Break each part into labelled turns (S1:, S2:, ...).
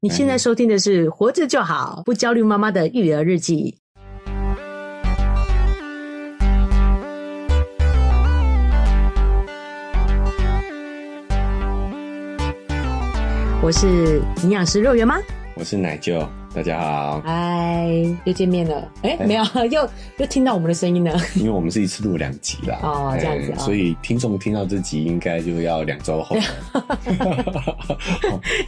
S1: 你现
S2: 嗯
S1: 在收听的是《活着就好，不焦虑妈妈的育儿日记》。我是营养师肉圆妈，
S2: 我是奶舅，大家
S1: 啊
S2: 好。
S1: 嗨，又见面了。哎、没有， 又又听到我们的声音了。
S2: 因为我们是一次录两集啦，
S1: 哦
S2: 哎
S1: 这样子哦
S2: 所以听众听到这集应该就要两 周后了。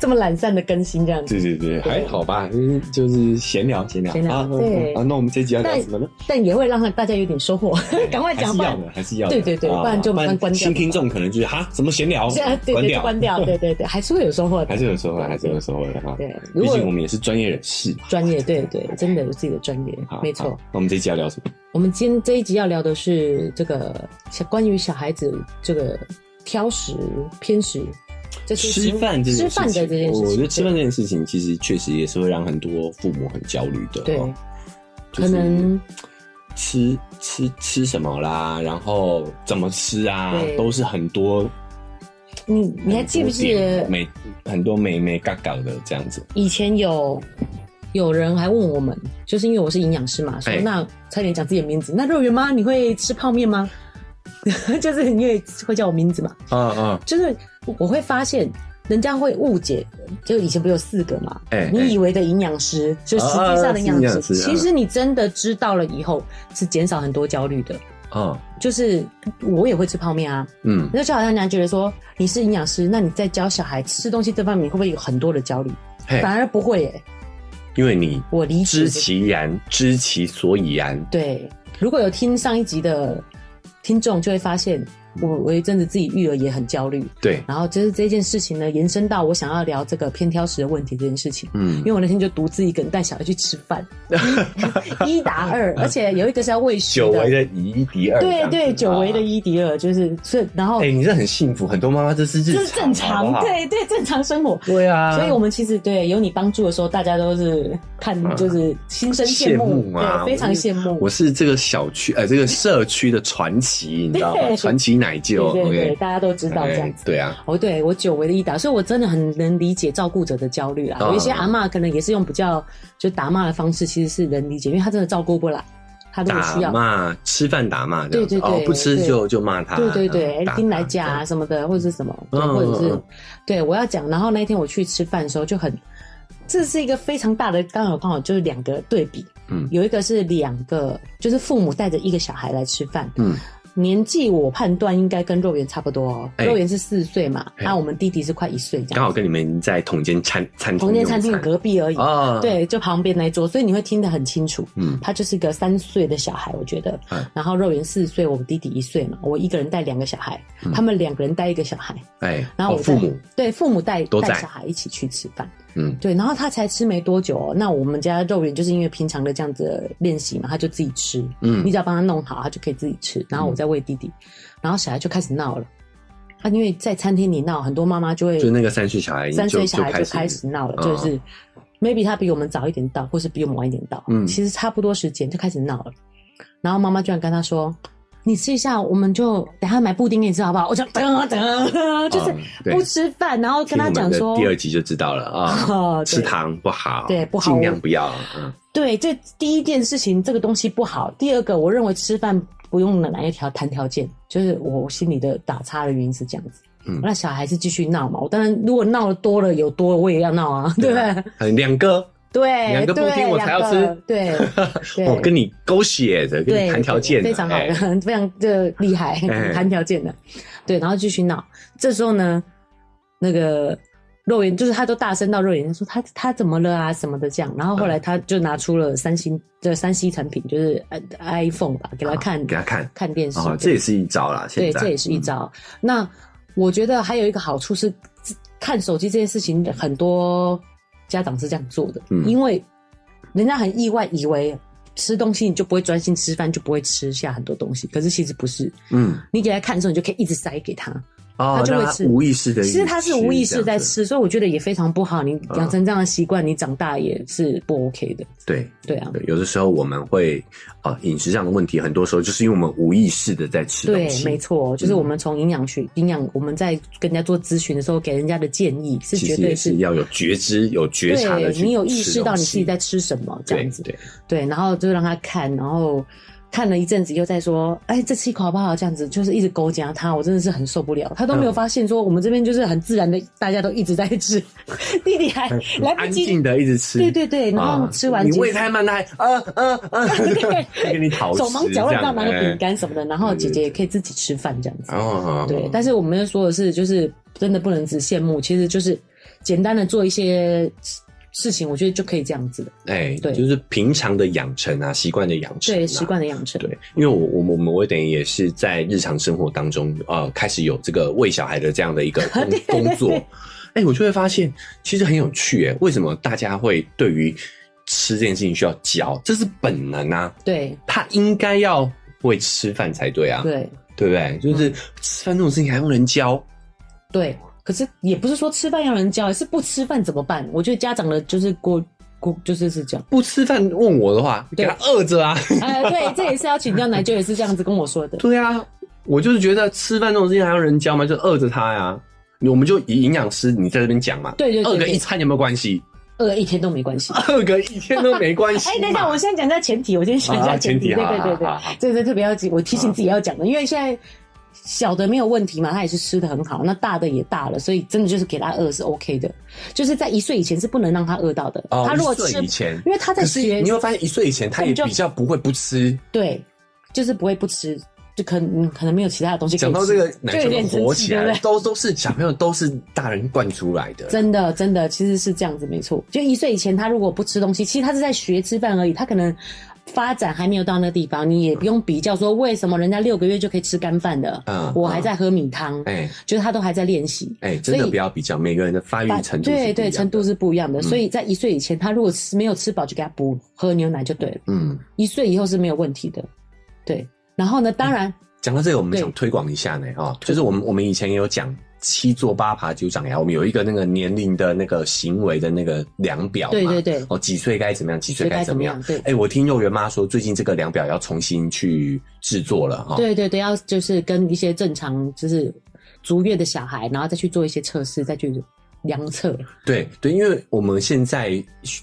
S1: 这么懒散的更新这样子，
S2: 对对对，还好吧，就是就是闲聊闲聊
S1: 闲聊
S2: 啊。
S1: 对
S2: 啊，那我们这集要聊什么呢？
S1: 但也会让大家有点收获。赶快
S2: 还
S1: 讲
S2: 是
S1: 吧
S2: 要。的，还是要的。
S1: 对对对
S2: 啊
S1: 不然就马上关掉
S2: 新听众可能就是哈，什么闲聊
S1: 现在， 对
S2: 哦
S1: 对
S2: 关
S1: 对，
S2: 掉，
S1: 关 掉，对对对，还是会有收获的
S2: 还。是有收获，还是有收获的哈。
S1: 对如
S2: 毕
S1: 果
S2: 竟我们也是专业人士嘛。
S1: 专业，对对，真的有自己的专业
S2: 好，
S1: 没错
S2: 好。那我们这集要聊什么？
S1: 我们今天这一集要聊的是这个小关于小孩子这个挑食、偏食，就是
S2: 吃饭这件
S1: 吃
S2: 事
S1: 饭
S2: 情，
S1: 的这件事情，
S2: 我觉得吃饭
S1: 对
S2: 这件事情其实确实也是会让很多父母很焦虑的。
S1: 对
S2: 哦
S1: 可能
S2: 吃吃吃什么啦，然后怎么吃啊
S1: 对，
S2: 都是很多。
S1: 你你还记不记
S2: 很多
S1: 得
S2: 点美很多美美嘎嘎的这样子？
S1: 以前有有人还问我们，就是因为我是营养师嘛，说
S2: 哎
S1: 那差点讲自己的名字，那肉圆妈你会吃泡面吗？ 就是因为会叫我名字嘛，
S2: 嗯嗯，
S1: 就是我会发现人家会误解，就以前不是有四个嘛？
S2: 哎
S1: 你以为的营养师，就实际上的营
S2: 啊啊
S1: 养师，
S2: 是营养师
S1: 其实你真的知道了以后，是减少很多焦虑的。
S2: 嗯
S1: 就是我也会吃泡面啊，
S2: 嗯，
S1: 那就好像人家觉得说你是营养师，那你在教小孩吃东西这方面，你会不会有很多的焦虑？
S2: 嘿
S1: 反而不会耶、
S2: 因为你
S1: 我理解
S2: 知其然，知其所以然。
S1: 对，如果有听上一集的听众，就会发现我我有一阵子自己育儿也很焦虑，
S2: 对，
S1: 然后就是这件事情呢，延伸到我想要聊这个偏挑食的问题这件事情。
S2: 嗯
S1: 因为我那天就独自一个人带小孩去吃饭， 一一打二，而且有一个是要喂食
S2: 久违
S1: 的，
S2: 的以一敌二这
S1: 对
S2: 样子，
S1: 对，久违的
S2: 啊
S1: 一敌二，就是是，然后
S2: 哎、你这很幸福，很多妈妈这是日
S1: 这
S2: 常，
S1: 是正
S2: 好
S1: 常
S2: 不，好
S1: 对对，正常生活。
S2: 对啊，
S1: 所以，我们其实对有你帮助的时候，大家都是看
S2: 啊
S1: 就是心生羡慕，
S2: 羡慕啊
S1: 对，非常
S2: 我
S1: 羡慕。
S2: 我是这个小区呃这个社区的传 奇，你知道吗？
S1: 对
S2: 传奇奶舅
S1: 对对对，
S2: ，OK，
S1: 大家都知道这样
S2: 哎
S1: 子。
S2: 对啊，
S1: 哦，对我久违的一打，所以我真的很能理解照顾者的焦虑啦。
S2: 嗯
S1: 有一些阿嬷可能也是用比较就打骂的方式，其实是能理解，因为她真的照顾不来，她如果
S2: 打
S1: 需要，
S2: 骂，吃饭打骂这样子，
S1: 对对对
S2: 哦，不吃
S1: 对
S2: 就就骂他，嗯
S1: 对对对，
S2: 打
S1: 拎来
S2: 他
S1: 夹啊什么的，或者是什么，对
S2: 嗯
S1: 或者
S2: 嗯
S1: 是
S2: 嗯
S1: 对我要讲。然后那一天我去吃饭的时候就很，这是一个非常大的，刚好刚好就是两个对比，
S2: 嗯
S1: 有一个是两个，就是父母带着一个小孩来吃饭，
S2: 嗯，
S1: 年纪我判断应该跟肉圆差不多哦，
S2: 哎
S1: 肉圆是四岁嘛，
S2: 哎
S1: 那、我们弟弟是快一岁这
S2: 刚
S1: 样，
S2: 好跟你们在同间餐餐厅
S1: 同间餐厅
S2: 用
S1: 的
S2: 餐
S1: 隔壁而已。
S2: 哦，，
S1: 对，就旁边那一桌，所以你会听得很清楚。
S2: 嗯
S1: 他就是个三岁的小孩，我觉得。
S2: 嗯
S1: 然后肉圆四岁，我们弟弟一岁嘛，我一个人带两个小孩，他们两个人带一个小孩，
S2: 哎，
S1: 然后
S2: 嗯
S1: 我
S2: 哦
S1: 带、
S2: 父母，
S1: 对父母带
S2: 都在
S1: 带小孩一起去吃饭。
S2: 嗯
S1: 对，然后他才吃没多久、哦，那我们家肉圆就是因为平常的这样子的练习嘛，他就自己吃，你
S2: 嗯，
S1: 只要帮他弄好，他就可以自己吃。然后我再喂弟弟，然后小孩就开始闹了。他因为在餐厅里闹，很多妈妈就会
S2: 就那个三岁小孩，
S1: 三岁
S2: 就
S1: 小孩就
S2: 开
S1: 开始闹了，
S2: 嗯
S1: 就是 maybe 他比我们早一点到，或是比我们晚一点到，
S2: 嗯
S1: 其实差不多时间就开始闹了。然后妈妈居然跟他说：“你吃一下，我们就等下买布丁给你吃好不好？”我就噔噔，就是
S2: 嗯对
S1: 不吃饭，然后跟
S2: 听
S1: 他
S2: 我
S1: 讲
S2: 们的
S1: 说
S2: 第二集就知道了啊。
S1: 哦，
S2: 吃
S1: 对
S2: 糖不好，
S1: 对不好
S2: 尽量不要。嗯，
S1: 对，这第一件事情，这个东西不好。第二个，我认为吃饭不用哪一条谈条件，就是我心里的打叉的原因是这样子。
S2: 嗯
S1: 那小孩还是继续闹嘛。我当然，如果闹的多了有多了，我也要闹啊，对不对？
S2: 嗯，两个
S1: 对，
S2: 两个布丁
S1: 对
S2: 我才要
S1: 两
S2: 吃
S1: 个对对，
S2: 哦我跟你勾血的，跟
S1: 对
S2: 你谈条件的，
S1: 非常好
S2: 哎
S1: 的， 非常的厉害，
S2: 哎
S1: 谈条件的。对，然后继续闹。这时候呢，那个肉圆就是他都大声到肉圆，他说他他怎么了啊什么的这样。然后后来他就拿出了三星这三 C 产品，就是 i iPhone 吧，给他看、
S2: 啊给他看。
S1: 看电视。
S2: 哦，这也是一招啦，
S1: 对，
S2: 现在嗯
S1: 这也是一招。那我觉得还有一个好处是，看手机这件事情，很多家长是这样做的，
S2: 嗯
S1: 因为人家很意外，以为吃东西你就不会专心吃饭，就不会吃下很多东西。可是其实不是，
S2: 嗯，
S1: 你给他看的时候，你就可以一直塞给他，
S2: 哦，
S1: 他就会
S2: 让
S1: 吃
S2: 无意识的，
S1: 其实他是无意识在
S2: 吃
S1: 吃，所以我觉得也非常不好。你
S2: 嗯
S1: 养成这样的习惯，你长大也是不 OK 的。
S2: 这样子。
S1: 对啊，
S2: 对，有的时候我们会呃饮食上的问题，很多时候就是因为我们无意识的在吃
S1: 对
S2: 东，西，嗯
S1: 没错，就是我们从营养学、营养，我们在跟人家做咨询的时候给人家的建议是
S2: 其
S1: 绝
S2: 实
S1: 对
S2: 也是要有觉知、有觉察的
S1: 对
S2: 去
S1: 你有意
S2: 吃
S1: 识到
S2: 东
S1: 你自
S2: 西
S1: 己在吃什么这样子。
S2: 对，对
S1: 对，然后就让他看，然后看了一阵子，又在说，哎，这吃一口好不好？这样子就是一直勾夹他，我真的是很受不了。他都没有
S2: 嗯
S1: 发现说，我们这边就是很自然的，大家都一直在吃， 弟弟还来哎不
S2: 安
S1: 及
S2: 静，的一直吃，
S1: 对对对，然后
S2: 啊
S1: 吃完
S2: 你
S1: 结
S2: 喂太慢，他还呃呃呃，在跟你讨
S1: 手忙脚乱，到拿个饼。
S2: 哎
S1: 干什么的，然后
S2: 对对
S1: 姐姐也可以自己吃饭这样子。
S2: 哦，
S1: 对，但是我们要说的是，就是真的不能只羡慕，其实就是简单的做一些事情，我觉得就可以这样子的，
S2: 哎，
S1: 对
S2: 就是平常的养成啊，习惯的养成啊，
S1: 对，习惯的养成。
S2: 对，因为我我们我们我等于也是在日常生活当中，呃，开始有这个喂小孩的这样的一个 工工作，哎、我就会发现其实很有趣，哎，为什么大家会对于吃这件事情需要教？这是本能啊，
S1: 对
S2: 他应该要会吃饭才对啊，
S1: 对嗯
S2: 对不对？就是吃饭这种事情还用人教，。
S1: 对，可是也不是说吃饭要人教，是不吃饭怎么办？我觉得家长的就是锅锅就是是这样
S2: 不吃饭问我的话，给
S1: 对
S2: 他饿着啊，
S1: 哎、对，这也是要请教奶舅，也是这样子跟我说的。
S2: 对啊，我就是觉得吃饭这种事情还要人教吗？就饿着他呀。我们就以营养师你在这边讲嘛，
S1: 对对对
S2: 饿个
S1: 对
S2: 一餐有没啊有关系？
S1: 饿了一天都没 关系。
S2: 二个一天都没关系
S1: 哎
S2: 嘛。，
S1: 等一下，我先讲一下前提，我先讲一下
S2: 啊前提
S1: 提。对
S2: 好
S1: 对对对
S2: 好好好，
S1: 这是特别要紧，我提醒自己要讲的，因为现在小的没有问题嘛，他也是吃的很好，那大的也大了，所以真的就是给他饿是 OK 的，就是在一岁以前是不能让他饿到的。
S2: 哦，
S1: 他如果
S2: 一
S1: 吃
S2: 岁以，前，
S1: 因为他在
S2: 可是
S1: 学
S2: 你，会发现一岁以前他也
S1: 根本就
S2: 比较不会不吃。
S1: 对，就是不会不吃，就可能嗯可能没有其他的东西可以吃。
S2: 讲到这个奶
S1: 就有
S2: 球
S1: 点
S2: 火
S1: 生气
S2: 起
S1: 对不
S2: 来
S1: 对，
S2: 都都是小朋友都是大人惯出来的。
S1: 真的，真的，其实是这样子，没错。就一岁以前，他如果不吃东西，其实他是在学吃饭而已，他可能发展还没有到那个地方，你也不用比较说为什么人家六个月就可以吃干饭的，
S2: 嗯
S1: 我还在喝米汤，
S2: 哎
S1: 就是他都还在练习。
S2: 哎，真的
S1: 所以
S2: 不要比较，每个人的发育
S1: 把
S2: 程度是
S1: 对
S2: 不一
S1: 对，
S2: 样
S1: 程
S2: 的嗯
S1: 度是不一样的，所以在一岁以前，他如果吃没有吃饱，就给他补喝牛奶就对了。
S2: 嗯。
S1: 一岁以后是没有问题的，对。然后呢，当然，
S2: 讲到这个，我们
S1: 对
S2: 想推广一下呢，哦，就是我们我们以前也有讲七坐八爬九长牙，我们有一个那个年龄的那个行为的那个量表嘛，
S1: 对对对
S2: 哦，几岁该怎么样，几岁该怎么样
S1: 几岁该怎么样，对
S2: 哎，我听幼儿园妈说，最近这个量表要重新去制作了，哈，
S1: 对对对，要就是跟一些正常就是足月的小孩，然后再去做一些测试，再去量测。
S2: 对对，因为我们现在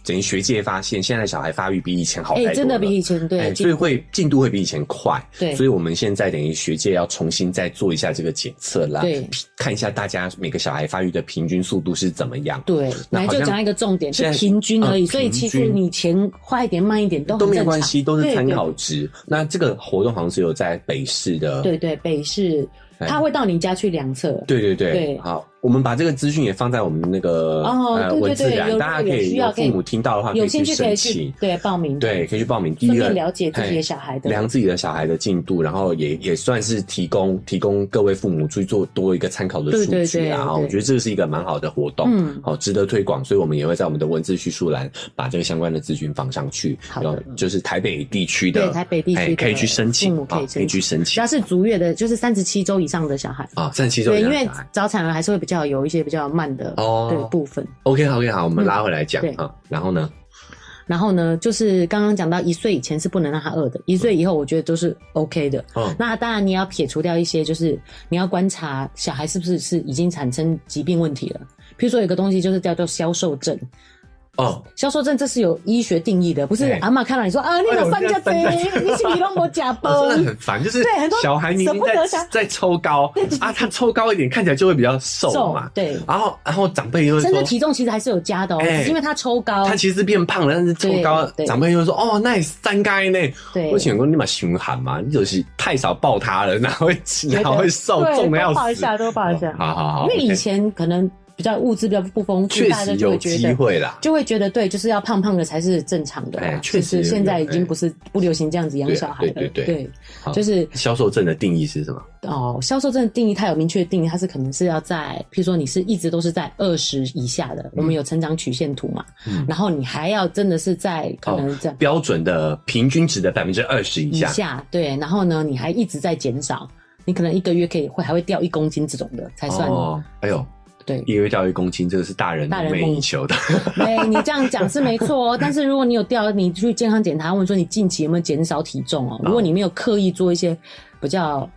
S2: 等于学界发现，现在小孩发育比以前好太
S1: 哎、
S2: 多了，
S1: 真的比以前对，
S2: 哎，
S1: 进
S2: 所以会进度会比以前快，
S1: 对
S2: 所以我们现在等于学界要重新再做一下这个检测啦，
S1: 对，
S2: 看一下大家每个小孩发育的平均速度是怎么样，
S1: 对，
S2: 那
S1: 来
S2: 好
S1: 就
S2: 像
S1: 讲一个重点，是
S2: 现在
S1: 平均而已。
S2: 呃
S1: 所以其实
S2: 平均
S1: 你前快一点、慢一点都很
S2: 都没有
S1: 正
S2: 关
S1: 常
S2: 系，都是
S1: 对
S2: 参
S1: 对
S2: 考值。那这个活动好像只有在北市的，
S1: 对对，北市
S2: 哎
S1: 他会到你家去量测。
S2: 对对对
S1: 对
S2: 好，我们把这个资讯也放在我们那个、呃
S1: 哦对对对
S2: 文字
S1: 有
S2: 栏，
S1: 如果
S2: 大家可
S1: 有
S2: 以
S1: 需要
S2: 有父母听到的话，
S1: 有
S2: 啊以
S1: 兴
S2: 去
S1: 趣可
S2: 申
S1: 以去
S2: 请。
S1: 对报名，
S2: 对，可以去报名。第
S1: 顺
S2: 一个
S1: 便了解自己
S2: 哎
S1: 的小孩的
S2: 量自己的小孩的进度，然后也也算是提供提供各位父母去做多一个参考的
S1: 对
S2: 数
S1: 对
S2: 据
S1: 对
S2: 啊。
S1: 对
S2: 我觉得这是一个蛮好的活动，
S1: 嗯
S2: 好、值得推广，所以我们也会在我们的文字叙述栏把这个相关的资讯放上去。
S1: 好的
S2: 然后就是台北地区的，
S1: 对台北地
S2: 哎
S1: 区的
S2: 可以去申请
S1: 父母可以
S2: 啊
S1: 申
S2: 可以去申
S1: 只
S2: 请
S1: 要是足月的，就是三十七周以上的小孩。
S2: 啊，三十七周
S1: 对，
S2: 以
S1: 因
S2: 上的
S1: 为
S2: 小孩。
S1: 早产儿还是会比较有一些比较慢的
S2: 哦
S1: 对部分。
S2: OK，好，OK，好，我们拉回来讲
S1: 嗯对
S2: 啊。然后呢，
S1: 然后呢，就是刚刚讲到一岁以前是不能让他饿的，一岁以后我觉得都是 OK 的。
S2: 嗯，
S1: 那当然你也要撇除掉一些，就是你要观察小孩是不是是已经产生疾病问题了。譬如说有个东西就是叫做消瘦症，
S2: 哦，
S1: 消瘦症这是有医学定义的，不是
S2: 哎
S1: 阿嬷看到你说啊，你
S2: 哎
S1: 有
S2: 我
S1: 三
S2: 现
S1: 加
S2: 在
S1: 杯， 你是你让我假
S2: 我哦真
S1: 崩
S2: 的很烦，就是
S1: 嗯对很多
S2: 小孩明
S1: 舍
S2: 明
S1: 不得
S2: 在
S1: 想
S2: 在抽高啊，他抽高一点，看起来就会比较瘦嘛。
S1: 对，
S2: 然后，然后长辈又会
S1: 甚至
S2: 说，
S1: 体重其实还是有加的哦，
S2: 哎
S1: 只是因为他抽高，
S2: 他其实变胖了，但是抽高，
S1: 对对
S2: 长辈又会说，哦，那也三该呢。
S1: 对
S2: 我想说，你把熊喊嘛，你就是太少抱他了，哪会
S1: 觉
S2: 哪
S1: 得
S2: 会瘦，
S1: 对
S2: 重的要
S1: 多抱一
S2: 死。哦
S1: 下，多抱一下。
S2: 好好好，
S1: 因为以
S2: OK
S1: 前可能比较物质比较不丰富，
S2: 确
S1: 大家
S2: 实
S1: 就
S2: 有
S1: 会觉
S2: 机
S1: 得。
S2: 会啦。
S1: 就会觉得对，就是要胖胖的才是正常的啦。
S2: 哎确实
S1: 就是现在已
S2: 有
S1: 经不是不流行这样子养
S2: 对啊
S1: 小孩了。
S2: 对对对好
S1: 就是
S2: 销售证的定义是什么？
S1: 哦，销售证的定义它有明确的定义，它是可能是要在，譬如说你是一直都是在二十以下的，我们有成长曲线图嘛，
S2: 嗯哦
S1: 然后你还要真的是在可能这样。
S2: 标准的平均值的百分之二十以
S1: 以
S2: 下。
S1: 下对，然后呢，你还一直在减少，你可能一个月可以会还会掉一公斤这种的才算。
S2: 哦，哎呦，
S1: 对，
S2: 一个月掉一公斤，这个是大人
S1: 大
S2: 梦
S1: 人
S2: 寐
S1: 梦
S2: 以求的。
S1: 哎，你这样讲是没错哦。但是如果你有掉，你去健康检查，问说你近期有没有减少体重哦？如果你没有刻意做一些比较，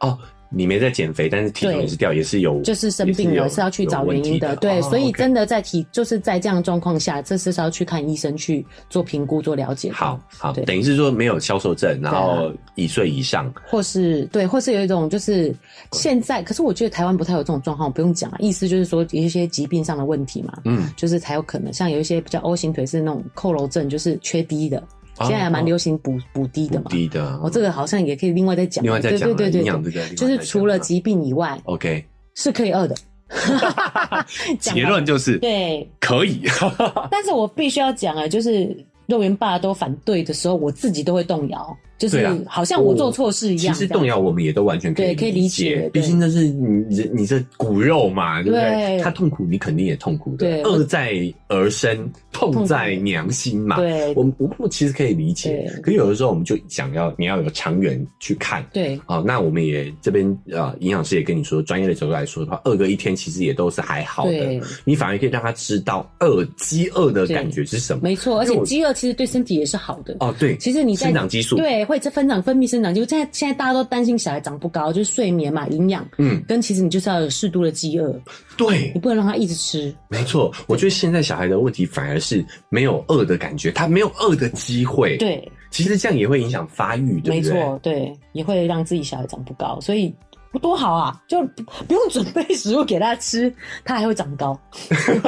S2: 哦，你没在减肥，但是体重
S1: 对
S2: 也是掉，也是有，
S1: 就是生病
S2: 也
S1: 了
S2: 有
S1: 是要去找原因
S2: 有问题的。
S1: 对，
S2: 哦
S1: 所以
S2: OK
S1: 真的在体就是在这样的状况下，这是是要去看医生去做评估、做了解的。
S2: 好好，
S1: 对啊
S2: 等于是说没有销售证，然后一岁以上，
S1: 或是对，或是有一种就是现在，可是我觉得台湾不太有这种状况，不用讲啊，意思就是说有一些疾病上的问题嘛，
S2: 嗯，
S1: 就是才有可能，像有一些比较 O 型腿是那种佝偻症，就是缺 D 的，
S2: 哦
S1: 现在还蛮流行补补 D 的嘛。
S2: 低的。
S1: 哦，这个好像也可以另外再讲，
S2: 嗯
S1: 啊
S2: 另外再讲
S1: 对
S2: 了
S1: 对对
S2: 营养
S1: 对
S2: 这
S1: 对，
S2: 个另外
S1: 就是
S2: 再讲
S1: 除了
S2: 了
S1: 疾病以外
S2: OK，
S1: 是可以饿的。讲
S2: 结
S1: 完
S2: 论就是
S1: 对，
S2: 可以。
S1: 但 是我必须要讲啊，就是肉圆爸都反对的时候，我自己都会动摇，就
S2: 对
S1: 是
S2: 啊
S1: 好像我做错事一
S2: 其
S1: 样。
S2: 实
S1: 这样
S2: 动摇我们也都完全可以
S1: 对可以理解对
S2: 毕竟那是你你你这骨肉嘛，对不对？
S1: 对
S2: 他痛苦，你肯定也痛苦的
S1: 对，
S2: 恶在儿生，痛
S1: 苦
S2: 在娘心嘛。
S1: 对
S2: 我们我们其实可以理解，
S1: 对
S2: 可有的时候我们就想要你要有长远去看。
S1: 对
S2: 好、那我们也这边啊，呃营养师也跟你说，专业的角度来说的话，饿个一天其实也都是还好的
S1: 对。
S2: 你反而可以让他知道饿饥饿的感觉是什么。
S1: 没错，而
S2: 因为
S1: 且
S2: 我
S1: 饥饿其实对身体也是好的。
S2: 哦，对，
S1: 其实你在
S2: 生长激素，，
S1: 对会分长分泌生长激素，现在现在大家都担心小孩长不高，就是睡眠嘛、营养，
S2: 嗯，
S1: 跟其实你就是要有适度的饥饿，
S2: 对
S1: 你，不能让他一直吃。
S2: 没错。我觉得现在小孩的问题反而是没有饿的感觉，他没有饿的机会。，
S1: 对，
S2: 其实这样也会影响发育，对
S1: 没
S2: 不对？
S1: 错，对，也会让自己小孩长不高，所以。多好啊！就不不用准备食物给他吃，他还会长 高。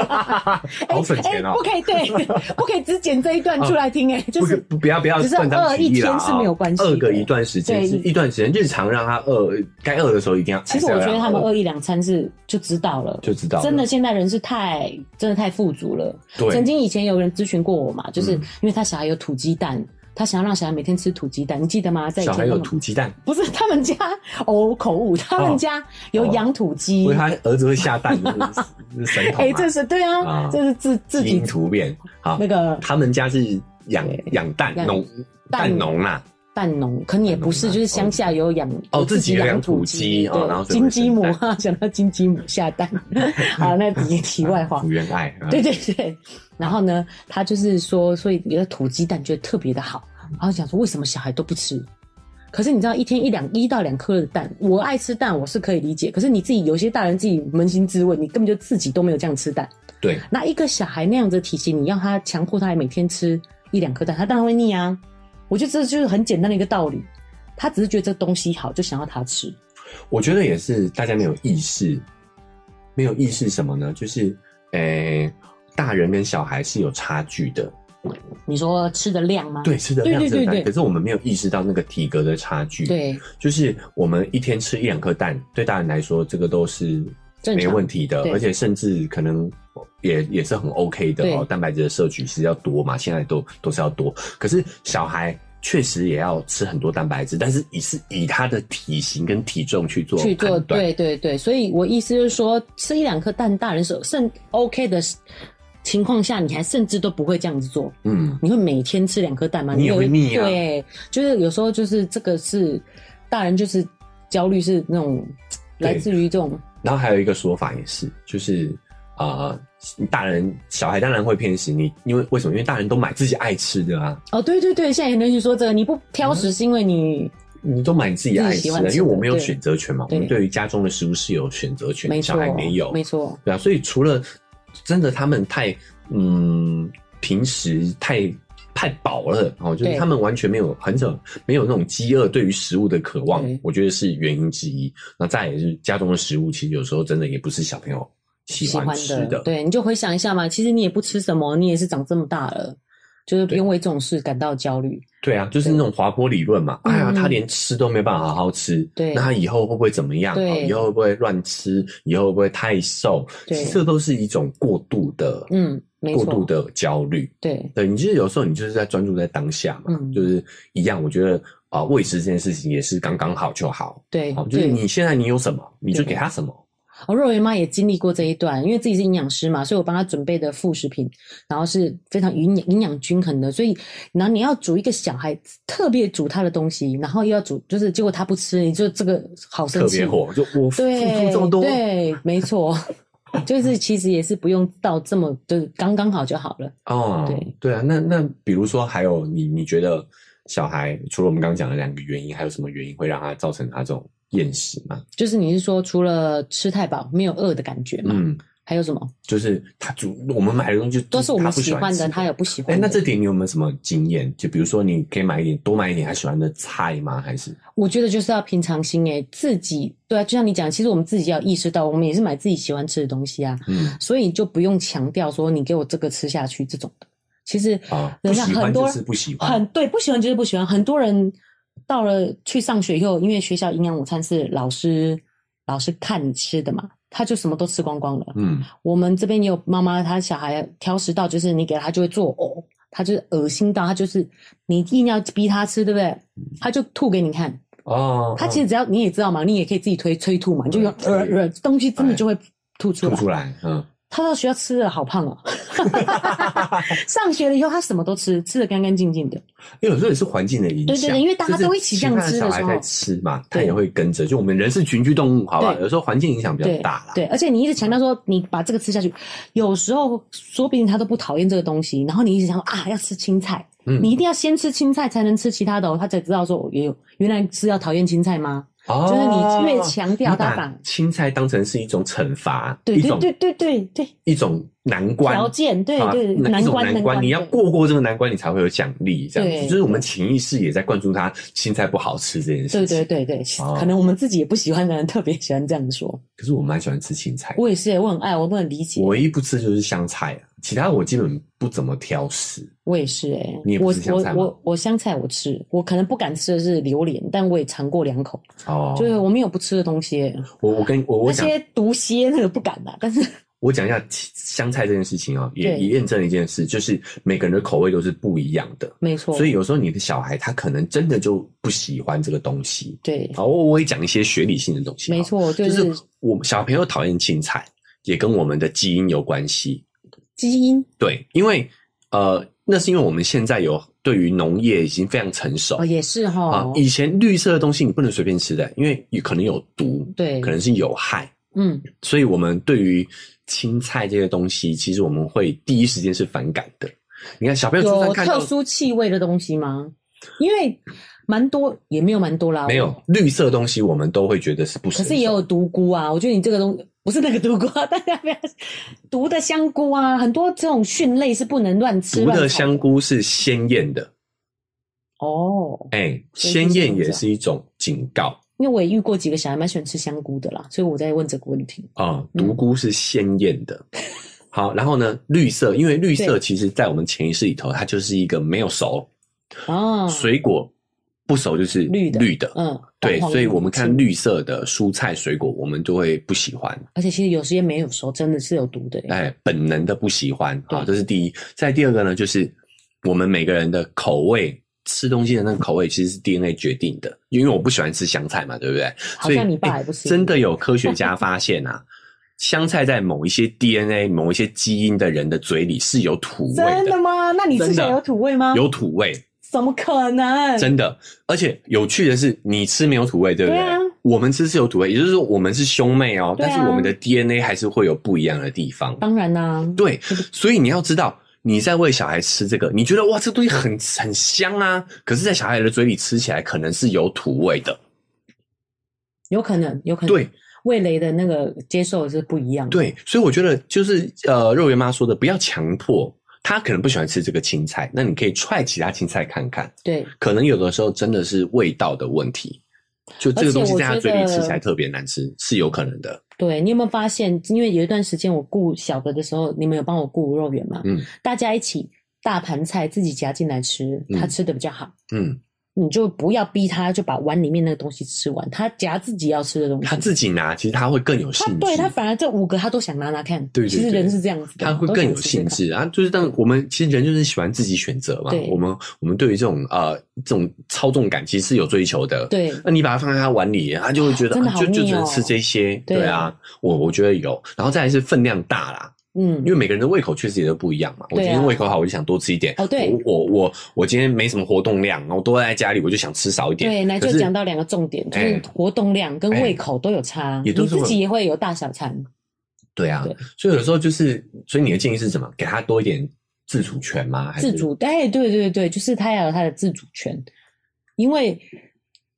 S2: 好省
S1: 哎、
S2: 钱哦
S1: 不。可以对， 不可以只剪这一段出来听哎、就
S2: 不可
S1: 是
S2: 不不要不要
S1: 只是
S2: 断章
S1: 饿
S2: 取
S1: 一
S2: 义啦
S1: 天是没有关系的
S2: 饿个一段时间
S1: 对
S2: 是一段时间，日常让他饿，该饿的时候一定要。
S1: 其实我觉
S2: 还是
S1: 得
S2: 要让
S1: 他们
S2: 饿
S1: 饿一两餐是就知道了，
S2: 嗯就知道了
S1: 真的，现代人是太真的太富足了。
S2: 对
S1: 曾经以前有人咨询过我嘛，就是
S2: 嗯
S1: 因为他小孩有土鸡蛋，他想要让小孩每天吃土鸡蛋，你记得吗？在以
S2: 小
S1: 前
S2: 孩
S1: 他
S2: 有
S1: 们
S2: 土鸡蛋，
S1: 不是他们家哦口误，他
S2: 哦
S1: 们家有养土鸡
S2: 因为。他儿子会下 蛋，是是神童、啊。
S1: 哎，这是对
S2: 啊
S1: 啊，这是自自
S2: 基因
S1: 己
S2: 突变啊，
S1: 那个
S2: 他们家是养
S1: 对
S2: 养蛋
S1: 养
S2: 农
S1: 蛋
S2: 蛋农啦，
S1: 蛋农，可能也不是，
S2: 蛋农啊
S1: 就是乡下有养
S2: 哦
S1: 有
S2: 自己有养土
S1: 土
S2: 鸡哦
S1: 对，
S2: 然后所以
S1: 金
S2: 会
S1: 鸡母
S2: 生
S1: 啊， 想到金鸡母下 蛋，好，那题题外话
S2: 福，原爱。
S1: 哦
S2: 啊
S1: 对对对，然后呢，他就是说，所以有的土鸡蛋觉得特别的好，然后想说为什么小孩都不吃？可是你知道一天一两一到两颗的蛋，我爱吃蛋我是可以理解，可是你自己有些大人自己扪心自问，你根本就自己都没有这样吃蛋。
S2: 对，
S1: 那一个小孩那样子的体型，你让他强迫他每天吃一两颗蛋，他当然会腻啊。我觉得这就是很简单的一个道理，他只是觉得这东西好，就想要他吃。
S2: 我觉得也是，大家没有意识，没有意识什么呢？就是诶、大人跟小孩是有差距的，
S1: 你说吃的量吗？
S2: 对，吃的
S1: 对
S2: 量
S1: 对
S2: 是有
S1: 对
S2: 差距。
S1: 对
S2: 可是我们没有意识到那个体格的差距，，
S1: 对
S2: 就是我们一天吃一两颗蛋，对大人来说，这个都是
S1: 正
S2: 没
S1: 常
S2: 问题的，
S1: 对
S2: 而且甚至可能也也是很 OK 的
S1: 对
S2: 哦。蛋白质的摄取其实要多嘛，现在都都是要多。可是小孩确实也要吃很多蛋白质，但是以是以他的体型跟体重去做
S1: 去做
S2: 判断。
S1: 对对对，所以我意思就是说，吃一两颗蛋，大人是甚 OK 的情况下，你还甚至都不会这样子做，
S2: 嗯，
S1: 你会每天吃两颗蛋吗？
S2: 你也
S1: 有
S2: 会腻啊
S1: 对，就是有时候就是这个是大人就是焦虑是那种
S2: 对
S1: 来自于这种
S2: 然后还有一个说法也是，就是啊、呃大人小孩当然会偏食，你因为为什么？因为大人都买自己爱吃的啊，
S1: 哦，对对对，现在很流行说这个，你不挑食是因为你、
S2: 嗯你都买自己
S1: 自
S2: 爱
S1: 己
S2: 吃
S1: 喜
S2: 的，
S1: 欢吃的
S2: 因为我们有
S1: 对
S2: 选择权嘛，我
S1: 对
S2: 们对于家中的食物是有选择权，
S1: 没
S2: 小
S1: 错
S2: 孩没有，
S1: 没错，
S2: 对啊，所以除了真的他们太嗯平时太太饱了哦，就是
S1: 对
S2: 他们完全没有很少没有那种饥饿对于食物的渴望
S1: 对，
S2: 我觉得是原因之一。那再也是家中的食物，其实有时候真的也不是小朋友喜
S1: 喜欢
S2: 欢吃的，
S1: 对，你就回想一下嘛，其实你也不吃什么，你也是长这么大了，就是不用为这种事感到焦虑。
S2: 对啊，就是那种滑坡理论嘛。
S1: 嗯
S2: 哎呀，他连吃都没办法好好吃，
S1: 对
S2: 那他以后会不会怎么样？
S1: 对
S2: 哦以后会不会乱吃？以后会不会太瘦？
S1: 对
S2: 其实这都是一种过度的，
S1: 嗯，没
S2: 过
S1: 错，
S2: 度的焦虑。
S1: 对
S2: 对，你就是有时候你就是在专注在当下嘛，
S1: 嗯
S2: 就是一样。我觉得啊、喂食这件事情也是刚刚好就好。
S1: 对
S2: 好，就是
S1: 对。
S2: 你现在你有什么，你就
S1: 对
S2: 给他什么。
S1: 哦，肉圆妈也经历过这一段，因为自己是营养师嘛，所以我帮她准备的副食品，然后是非常营养营养均衡的。所以，然后你要煮一个小孩特别煮他的东西，然后又要煮，就是结果他不吃，你就这个好生
S2: 特
S1: 气
S2: 别。火，就 我付出
S1: 对，
S2: 这么多，
S1: 对，没错， 就是其实也是不用到这么，就是刚刚好就好了。
S2: 哦，
S1: 对
S2: 对啊，那那比如说还有你你觉得小孩除了我们刚刚讲的两个原因，还有什么原因会让他造成他这种厌食吗？
S1: 就是你是说除了吃太饱没有饿的感觉嘛？
S2: 嗯，
S1: 还有什么？
S2: 就是他煮我们买的东西就
S1: 都是我们喜欢
S2: 的，
S1: 的，他有不喜
S2: 哎、
S1: 欢的。
S2: 那这点你有没有什么经验？就比如说，你可以买一点，多买一点他喜欢的菜吗？还是
S1: 我觉得就是要平常心诶、欸自己对啊，就像你讲，其实我们自己要意识到，我们也是买自己喜欢吃的东西啊，
S2: 嗯
S1: 所以就不用强调说你给我这个吃下去这种的。其实
S2: 啊，不
S1: 人家
S2: 喜欢
S1: 很
S2: 就
S1: 多
S2: 是不喜欢
S1: 很对，不喜欢就是不喜欢。很多人到了去上学以后，因为学校营养午餐是老师老师看你吃的嘛，他就什么都吃光光了。
S2: 嗯
S1: 我们这边也有妈妈，她小孩挑食到，就是你给她就会作呕，她就是恶心到，她就是你硬要逼她吃，对不对？她就吐给你看。
S2: 嗯哦，
S1: 她其实只要你也知道嘛，你也可以自己推催吐嘛，你就用
S2: 对
S1: 呃呃东西真的
S2: 哎
S1: 就会吐出
S2: 吐
S1: 来。
S2: 出来，嗯，
S1: 她到学校吃的好胖哦， 上学了以后她什么都吃，吃的干干净净的。
S2: 因为有时候也是环境的影响，
S1: 对对对因为大家
S2: 就是
S1: 都一起这样吃的时
S2: 其
S1: 候
S2: 他小孩在吃嘛，他
S1: 对
S2: 也会跟着。就我们人是群居动物，好吧？
S1: 对
S2: 有时候环境影响比较
S1: 对
S2: 大啦。嗯
S1: 对，而且你一直强调说你把这个吃下去，有时候说不定他都不讨厌这个东西，然后你一直想说啊要吃青菜，
S2: 嗯
S1: 你一定要先吃青菜才能吃其他的、哦，他才知道说哦也有原来是要讨厌青菜吗？
S2: 哦，
S1: 就是你越强调
S2: 你
S1: 它
S2: 把
S1: 反而
S2: 青菜当成是一种惩罚，
S1: 对
S2: 一
S1: 对
S2: 种
S1: 对对对对，
S2: 一种难关
S1: 条件对
S2: 啊
S1: 对
S2: 那一
S1: 难
S2: 种
S1: 关
S2: 难关，你要
S1: 对
S2: 过过这个难关，你才会有奖励。这样子，
S1: 对
S2: 就是我们潜意识也在灌输他青菜不好吃这件事情。
S1: 对对。对对
S2: 哦，
S1: 可能我们自己也不喜欢的人特别喜欢这样说。
S2: 可是我蛮喜欢吃青菜的，
S1: 我也是耶，欸我很爱，我不能理解。
S2: 我
S1: 我
S2: 唯一不吃就是香菜啊，其他我基本不怎么挑食。
S1: 也是哎
S2: 你也，不
S1: 我
S2: 吃香
S1: 我
S2: 菜吗
S1: 我我香菜我吃，我可能不敢吃的是榴莲，但我也尝过两口，
S2: 哦，
S1: 就是我没有不吃的东西耶。
S2: 我我跟我我
S1: 那
S2: 想
S1: 些毒蝎那个不敢啦，但 是
S2: 我讲一下香菜这件事情哦，也
S1: 对
S2: 也验证了一件事，就是每个人的口味都是不一样的，
S1: 没错，
S2: 所以有时候你的小孩他可能真的就不喜欢这个东西。
S1: 对，
S2: 好，我我也讲一些学理性的东西。啊
S1: 没，错，就
S2: 就是是我们小朋友讨厌青菜，也跟我们的基因有关系。
S1: 基因
S2: 对，因为呃，那是因为我们现在有对于农业已经非常成熟
S1: 哦，也是
S2: 啊
S1: 哈，，
S2: 以前绿色的东西你不能随便吃的，因为有可能有毒，
S1: 对
S2: 可能是有害。
S1: 嗯，
S2: 所以我们对于青菜这些东西，其实我们会第一时间是反感的。你看小朋友就算
S1: 有
S2: 看到
S1: 特殊气味的东西吗？因为蛮多也没有蛮多啦，
S2: 没有绿色的东西，我们都会觉得是不
S1: 可
S2: 生
S1: 是也有
S2: 熟。
S1: 毒菇啊，我觉得你这个东不是那个毒菇啊，大家不要毒的香菇啊，很多这种蕈类是不能乱吃
S2: 毒
S1: 乱
S2: 的
S1: 采
S2: 香菇是鲜艳的，
S1: 哦，
S2: 哎、
S1: 所以就是
S2: 鲜艳也
S1: 这样
S2: 是一种警告
S1: 因为我也遇过几个小孩蛮喜欢吃香菇的啦，所以我在问这个问题。
S2: 啊、
S1: 嗯
S2: 毒菇是鲜艳的。好，然后呢，绿色，因为绿色
S1: 对
S2: 其实在我们潜意识里头，它就是一个没有熟，
S1: 哦，
S2: 水果不熟就是
S1: 绿的
S2: 绿的，
S1: 嗯，
S2: 对，
S1: 黄
S2: 所以我们
S1: 青
S2: 看绿色的蔬菜水果，我们就会不喜欢。
S1: 而且其实有时间没有熟，真的是有毒的耶。
S2: 哎，本能的不喜欢啊，
S1: 对
S2: 这是第一。再第二个呢，就是我们每个人的口味，吃东西的那个口味其实是 DNA 决定的，因为我不喜欢吃香菜嘛，对不对？
S1: 好像你爸也不吃
S2: 所以哎真的有科学家发现啊，香菜在某一些 DNA、某一些基因的人的嘴里是有土味
S1: 真的吗？那你吃起
S2: 真
S1: 来
S2: 的
S1: 有土味吗？
S2: 有土味，
S1: 怎么可能？
S2: 真的。而且有趣的是，你吃没有土味，对不对？
S1: 对啊
S2: 我们吃是有土味，也就是说我们是兄妹哦，
S1: 对啊哦
S2: 但是我们的 DNA 还是会有不一样的地方。
S1: 当然啦、
S2: 对，所以你要知道，你在喂小孩吃这个，你觉得哇，这东西很很香啊，可是，在小孩的嘴里吃起来可能是有土味的。
S1: 有可能，有可能。
S2: 对，
S1: 味蕾的那个接受是不一样的。，
S2: 对，所以我觉得就是呃，肉圆妈说的，不要强迫。他可能不喜欢吃这个青菜，那你可以踹其他青菜看看，
S1: 对，
S2: 可能有的时候真的是味道的问题，就这个东西在他嘴里吃起来特别难吃，是有可能的。
S1: 对，你有没有发现？因为有一段时间我顾小的的时候，你们有帮我顾肉圆嘛？
S2: 嗯
S1: 大家一起大盘菜自己夹进来吃，
S2: 嗯
S1: 他吃的比较好。
S2: 嗯，
S1: 你就不要逼他就把碗里面那个东西吃完，他夹自己要吃的东西
S2: 他。自己拿，其实他会更有兴
S1: 他
S2: 致。
S1: 对他反而这五个他都想拿拿看，
S2: 对对
S1: 其实
S2: 对
S1: 人是这样子的，
S2: 他会
S1: 都想
S2: 更有
S1: 试试
S2: 兴
S1: 看。
S2: 致啊！就是当我们其实人就是喜欢自己选择嘛
S1: 对。
S2: 我们我们对于这种呃这种操纵感其实是有追求的。，
S1: 对，
S2: 那你把它放在他碗里，他就会觉得、
S1: 真的
S2: 啊
S1: 好
S2: 就就
S1: 腻
S2: 只能
S1: 哦
S2: 吃这些。
S1: 对
S2: 对啊，我我觉得有，然后再来是分量大啦，
S1: 嗯
S2: 因为每个人的胃口确实也都不一样嘛。我
S1: 对啊
S2: 今天胃口好，我就想多吃一点。
S1: 哦对
S2: 我我我我今天没什么活动量，我都在家里，我就想吃少一点。
S1: 对，那
S2: 可
S1: 就是讲到两个重点，就
S2: 哎
S1: 是活动量跟
S2: 哎
S1: 胃口都有差，
S2: 也都
S1: 你
S2: 是
S1: 自
S2: 会
S1: 己也会有大小餐。
S2: 对啊
S1: 对，
S2: 所以有时候就是，所以你的建议是什么？给他多一点自主权吗？还是
S1: 自主，哎，对对对，就是他要有他的自主权，因为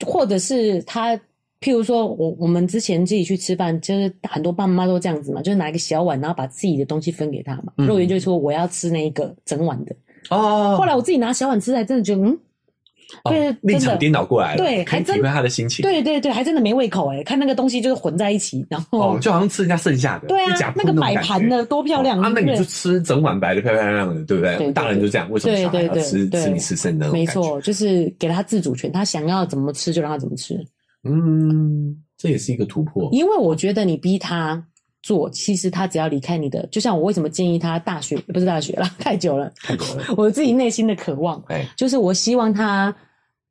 S1: 或者是他，譬如说我我们之前自己去吃饭，就是很多爸妈都这样子嘛，就是拿一个小碗，然后把自己的东西分给他嘛。
S2: 嗯
S1: 肉圆就会说我要吃那一个整碗的，
S2: 哦。
S1: 后来我自己拿小碗吃，还真的觉得嗯，
S2: 哦
S1: 对，
S2: 立
S1: 真
S2: 场
S1: 的。
S2: 颠倒过来了，
S1: 对
S2: 可以
S1: 还真
S2: 体会他的心情。
S1: 对对对，还真的没胃口哎、看那个东西就是混在一起，然后、
S2: 哦，就好像吃人家剩下的，
S1: 对啊
S2: 一夹，
S1: 那个
S2: 空种
S1: 摆
S2: 感觉
S1: 盘的多漂亮、
S2: 哦啊！那你
S1: 对
S2: 就吃整碗白的，漂漂亮亮的，对不对？
S1: 对对
S2: 大人就这样，为什么
S1: 对
S2: 小孩要
S1: 对对
S2: 吃
S1: 对
S2: 吃你吃剩的那种
S1: 没
S2: 感觉？
S1: 错，就是给他自主权，他想要怎么吃就让他怎么吃。
S2: 嗯，这也是一个突破。
S1: 因为我觉得你逼他做，其实他只要离开你的，就像我为什么建议他大学不是大学了，太久了，
S2: 太多了，
S1: 我自己内心的渴望
S2: 哎，
S1: 就是我希望他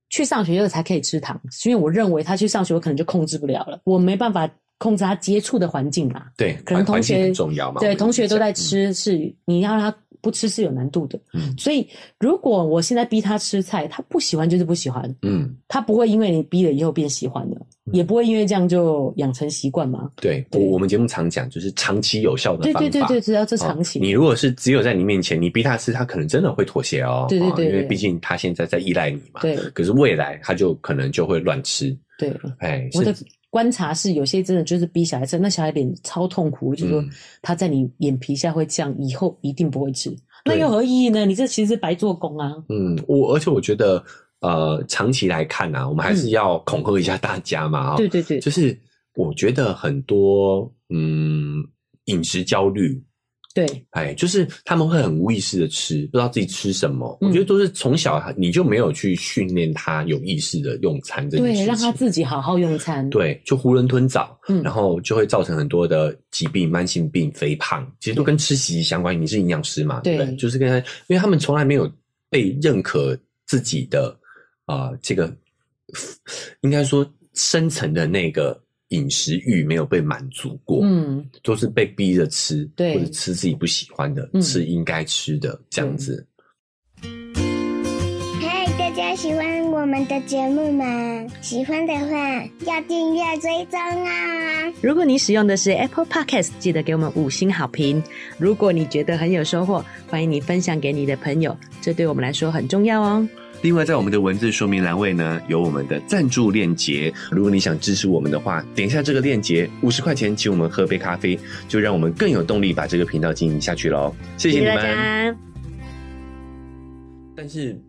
S1: 去上学了才可以吃糖，是因为我认为他去上学，我可能就控制不了了，我没办法控制他接触的环境啦。
S2: 对，
S1: 可能
S2: 环
S1: 同
S2: 环境
S1: 学
S2: 很重要嘛。我
S1: 对，
S2: 们
S1: 同学都在
S2: 一直
S1: 吃，
S2: 讲，
S1: 是你要让他不吃是有难度的。
S2: 嗯
S1: 所以如果我现在逼他吃菜，他不喜欢就是不喜欢，
S2: 嗯，
S1: 他不会因为你逼了以后变喜欢的，也不会因为这样就养成习惯嘛。
S2: 对我
S1: 对
S2: 我们节目常讲，就是长期有效的
S1: 对
S2: 方
S1: 对对
S2: 法
S1: 对，只要这
S2: 哦
S1: 常情。
S2: 你如果是只有在你面前，你逼他吃，他可能真的会妥协哦。
S1: 对对
S2: 哦
S1: 对
S2: 因为
S1: 对
S2: 毕竟他现在在依赖你嘛。
S1: 对
S2: 可是未来他就可能就会乱吃，
S1: 对，
S2: 哎，
S1: 我的
S2: 甚至
S1: 观察是，有些真的就是逼小孩吃，那小孩脸超痛苦，我就说
S2: 嗯
S1: 他在你眼皮下会这样，以后一定不会吃，那
S2: 对
S1: 又何意义呢？你这其实白做工啊。
S2: 嗯，我而且我觉得，呃，长期来看啊，我们还是要恐吓一下大家嘛、啊，
S1: 对对对
S2: 就是我觉得很多嗯饮食焦虑，
S1: 对
S2: 哎，就是他们会很无意识的吃，不知道自己吃什么。
S1: 嗯
S2: 我觉得都是从小你就没有去训练他有意识的用餐这件事
S1: 对，
S2: 情，
S1: 让他自己好好用餐。
S2: 对，就囫囵吞枣，
S1: 嗯
S2: 然后就会造成很多的疾病、慢性病、肥胖，其实都跟吃息相关。你是营养师嘛？对不对，
S1: 对
S2: 就是跟他，因为他们从来没有被认可自己的啊、呃这个应该说深层的那个饮食欲没有被满足过，
S1: 嗯，
S2: 都是被逼着吃，
S1: 对
S2: 或者吃自己不喜欢的，
S1: 嗯
S2: 吃应该吃的这样
S1: 嗯
S2: 子。
S3: 嗨，大家喜欢我们的节目吗？喜欢的话要订阅追踪啊、
S1: 如果你使用的是 Apple Podcast，记得给我们五星好评。如果你觉得很有收获，欢迎你分享给你的朋友，这对我们来说很重要哦。
S2: 另外，在我们的文字说明栏位呢，有我们的赞助链接。如果你想支持我们的话，点一下这个链接，五十块钱请我们喝杯咖啡，就让我们更有动力把这个频道经营下去喽。谢谢你们。
S1: 家。
S2: 但是，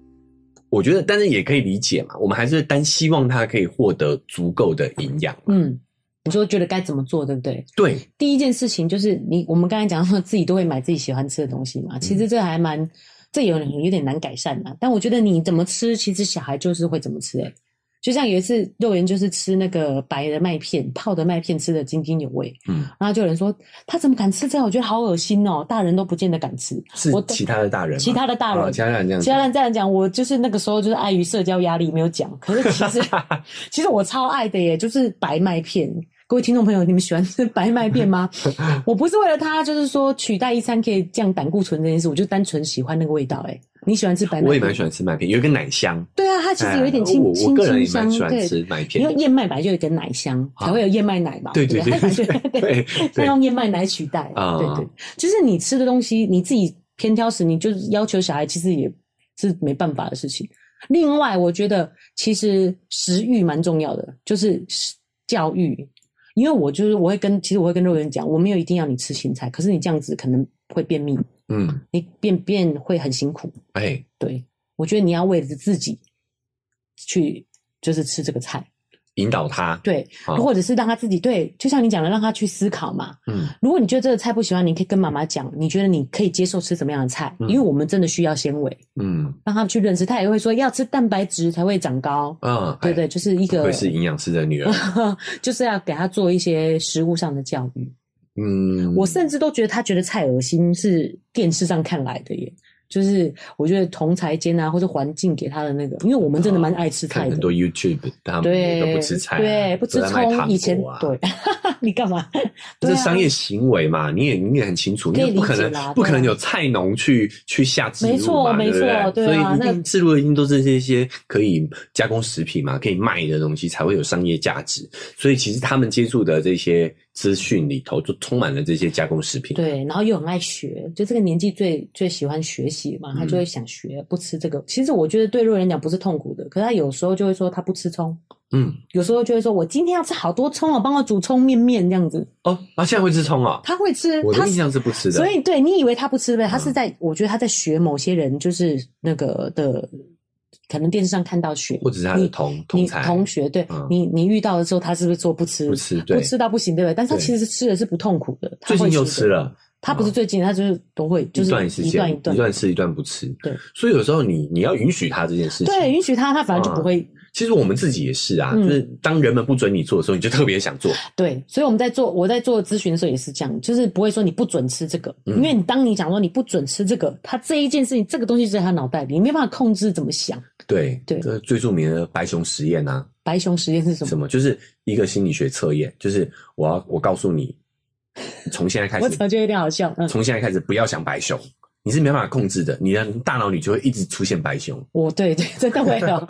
S2: 我觉得，但是也可以理解嘛，我们还是单希望他可以获得足够的营养。
S1: 嗯，你说觉得该怎么做，对不对？
S2: 对，
S1: 第一件事情就是你，我们刚才讲说自己都会买自己喜欢吃的东西嘛，其实这还蛮，这有有点难改善啦。但我觉得你怎么吃，其实小孩就是会怎么吃、欸，就像有一次肉圆就是吃那个白的麦片，泡的麦片吃的津津有味，
S2: 嗯，
S1: 然后就有人说他怎么敢吃这个，我觉得好恶心哦，大人都不见得敢吃。
S2: 是
S1: 我
S2: 其他的大人吗，
S1: 其他的大人
S2: 哦其他大人这样子，
S1: 其他人这样讲，我就是那个时候就是碍于社交压力没有讲。可是其 实其实我超爱的耶，就是白麦片。各位听众朋友，你们喜欢吃白麦片 吗？我不是为了它，就是说取代一餐可以降胆固醇这件事，我就单纯喜欢那个味道。哎，你喜欢吃白麦片？
S2: 我也蛮喜欢吃麦片，有一个奶香，
S1: 对啊，它其实有一点
S2: 哎
S1: 清
S2: 我我
S1: 清
S2: 个
S1: 清
S2: 人也
S1: 香，
S2: 蛮喜欢
S1: 对。
S2: 吃麦
S1: 因
S2: 片
S1: 为
S2: 的。
S1: 燕麦本来就有一根奶香，才会有燕麦奶嘛。
S2: 对
S1: 对
S2: 对对
S1: 不它感 觉
S2: 对 对
S1: 它
S2: 对
S1: 用燕麦奶取代。
S2: 啊
S1: 对对，就是你吃的东西，你自己偏挑食，你就是要求小孩，其实也是没办法的事情。另外，我觉得其实食欲蛮重要的，就是教育。因为我就是我会跟，其实我会跟肉圆讲，我没有一定要你吃芹菜，可是你这样子可能会便秘，
S2: 嗯，
S1: 你便便会很辛苦。
S2: 哎，
S1: 对我觉得你要为了自己去就是吃这个菜，
S2: 引导他，
S1: 对，
S2: 好
S1: 或者是让他自己对，就像你讲的，让他去思考嘛。
S2: 嗯，
S1: 如果你觉得这个菜不喜欢，你可以跟妈妈讲，你觉得你可以接受吃什么样的菜，
S2: 嗯
S1: 因为我们真的需要纤维，
S2: 嗯
S1: 让他们去认识。他也会说要吃蛋白质才会长高，
S2: 啊，
S1: 对
S2: 哎
S1: 不对，就是一
S2: 不
S1: 个
S2: 愧是营养师 的女儿，
S1: 就是要给他做一些食物上的教育。
S2: 嗯，
S1: 我甚至都觉得他觉得菜恶心是电视上看来的耶，就是我觉得同财间啊，或者环境给他的那个，因为我们真的蛮爱吃
S2: 看
S1: 菜
S2: 哦很
S1: 的。
S2: 多 YouTube，他们也
S1: 对，
S2: 都不吃菜啊，
S1: 对，不吃
S2: 都在卖
S1: 葱。
S2: 糖
S1: 以前
S2: 果啊
S1: 对， 你干嘛？对啊
S2: 这商业行为嘛，你也你也很清楚，
S1: 可以
S2: 你不可
S1: 理解啦对啊
S2: 能不可能有菜农去去下植
S1: 没
S2: 入
S1: 错
S2: 嘛，对
S1: 没
S2: 不
S1: 错对
S2: 所
S1: 啊
S2: 以一
S1: 那
S2: 定植入的一定都是这些可以加工食品嘛，可以卖的东西才会有商业价值。所以其实他们接触的这些资讯里头，就充满了这些加工食品。，
S1: 对，然后又很爱学，就这个年纪最最喜欢学习嘛，他就
S2: 嗯
S1: 会想学，不吃这个。其实我觉得对若人讲不是痛苦的，可他有时候就会说他不吃葱，
S2: 嗯，
S1: 有时候就会说我今天要吃好多葱哦，帮我煮葱面面这样子。
S2: 哦，啊，现在会吃葱哦，
S1: 他会吃，
S2: 我的
S1: 他
S2: 印象是不吃的，
S1: 所以对你以为他不吃呗？他是
S2: 嗯
S1: 在，我觉得他在学某些人，就是那个的，可能电视上看到学，
S2: 或者是他的
S1: 你
S2: 同同
S1: 你
S2: 才
S1: 同学，对、
S2: 嗯
S1: 你你遇到的时候，他是不是说不吃？
S2: 不吃对
S1: 不吃到不行，对不对？但是他
S2: 对
S1: 其实吃的是不痛苦的，他
S2: 最
S1: 会
S2: 近又
S1: 的
S2: 吃。了。
S1: 他不是最近，他就是都会，就是
S2: 嗯一段时
S1: 一
S2: 间，
S1: 段一段，
S2: 吃一段不吃，
S1: 对，
S2: 所以有时候你你要允许他这件事情，
S1: 对，允许他，他反而就不会、
S2: 其实我们自己也是啊，
S1: 嗯
S2: 就是当人们不准你做的时候，你就特别 想做。
S1: 对。所以我们在做我在做咨询的时候也是这样，就是不会说你不准吃这个，
S2: 嗯
S1: 因为你当你讲说你不准吃这个，他这一件事情这个东西就在他脑袋里，你没办法控制怎么想。
S2: 对
S1: 对
S2: 这最著名的白熊实验啊，
S1: 白熊实验是什么？
S2: 什么就是一个心理学测验，就是我要我告诉你，从现在开
S1: 我
S2: 始
S1: 怎，么觉得有点好笑？嗯，
S2: 从现在开始不要想白熊，你是没办法控制的，你的大脑里就会一直出现白熊，
S1: 我对对，真的会 有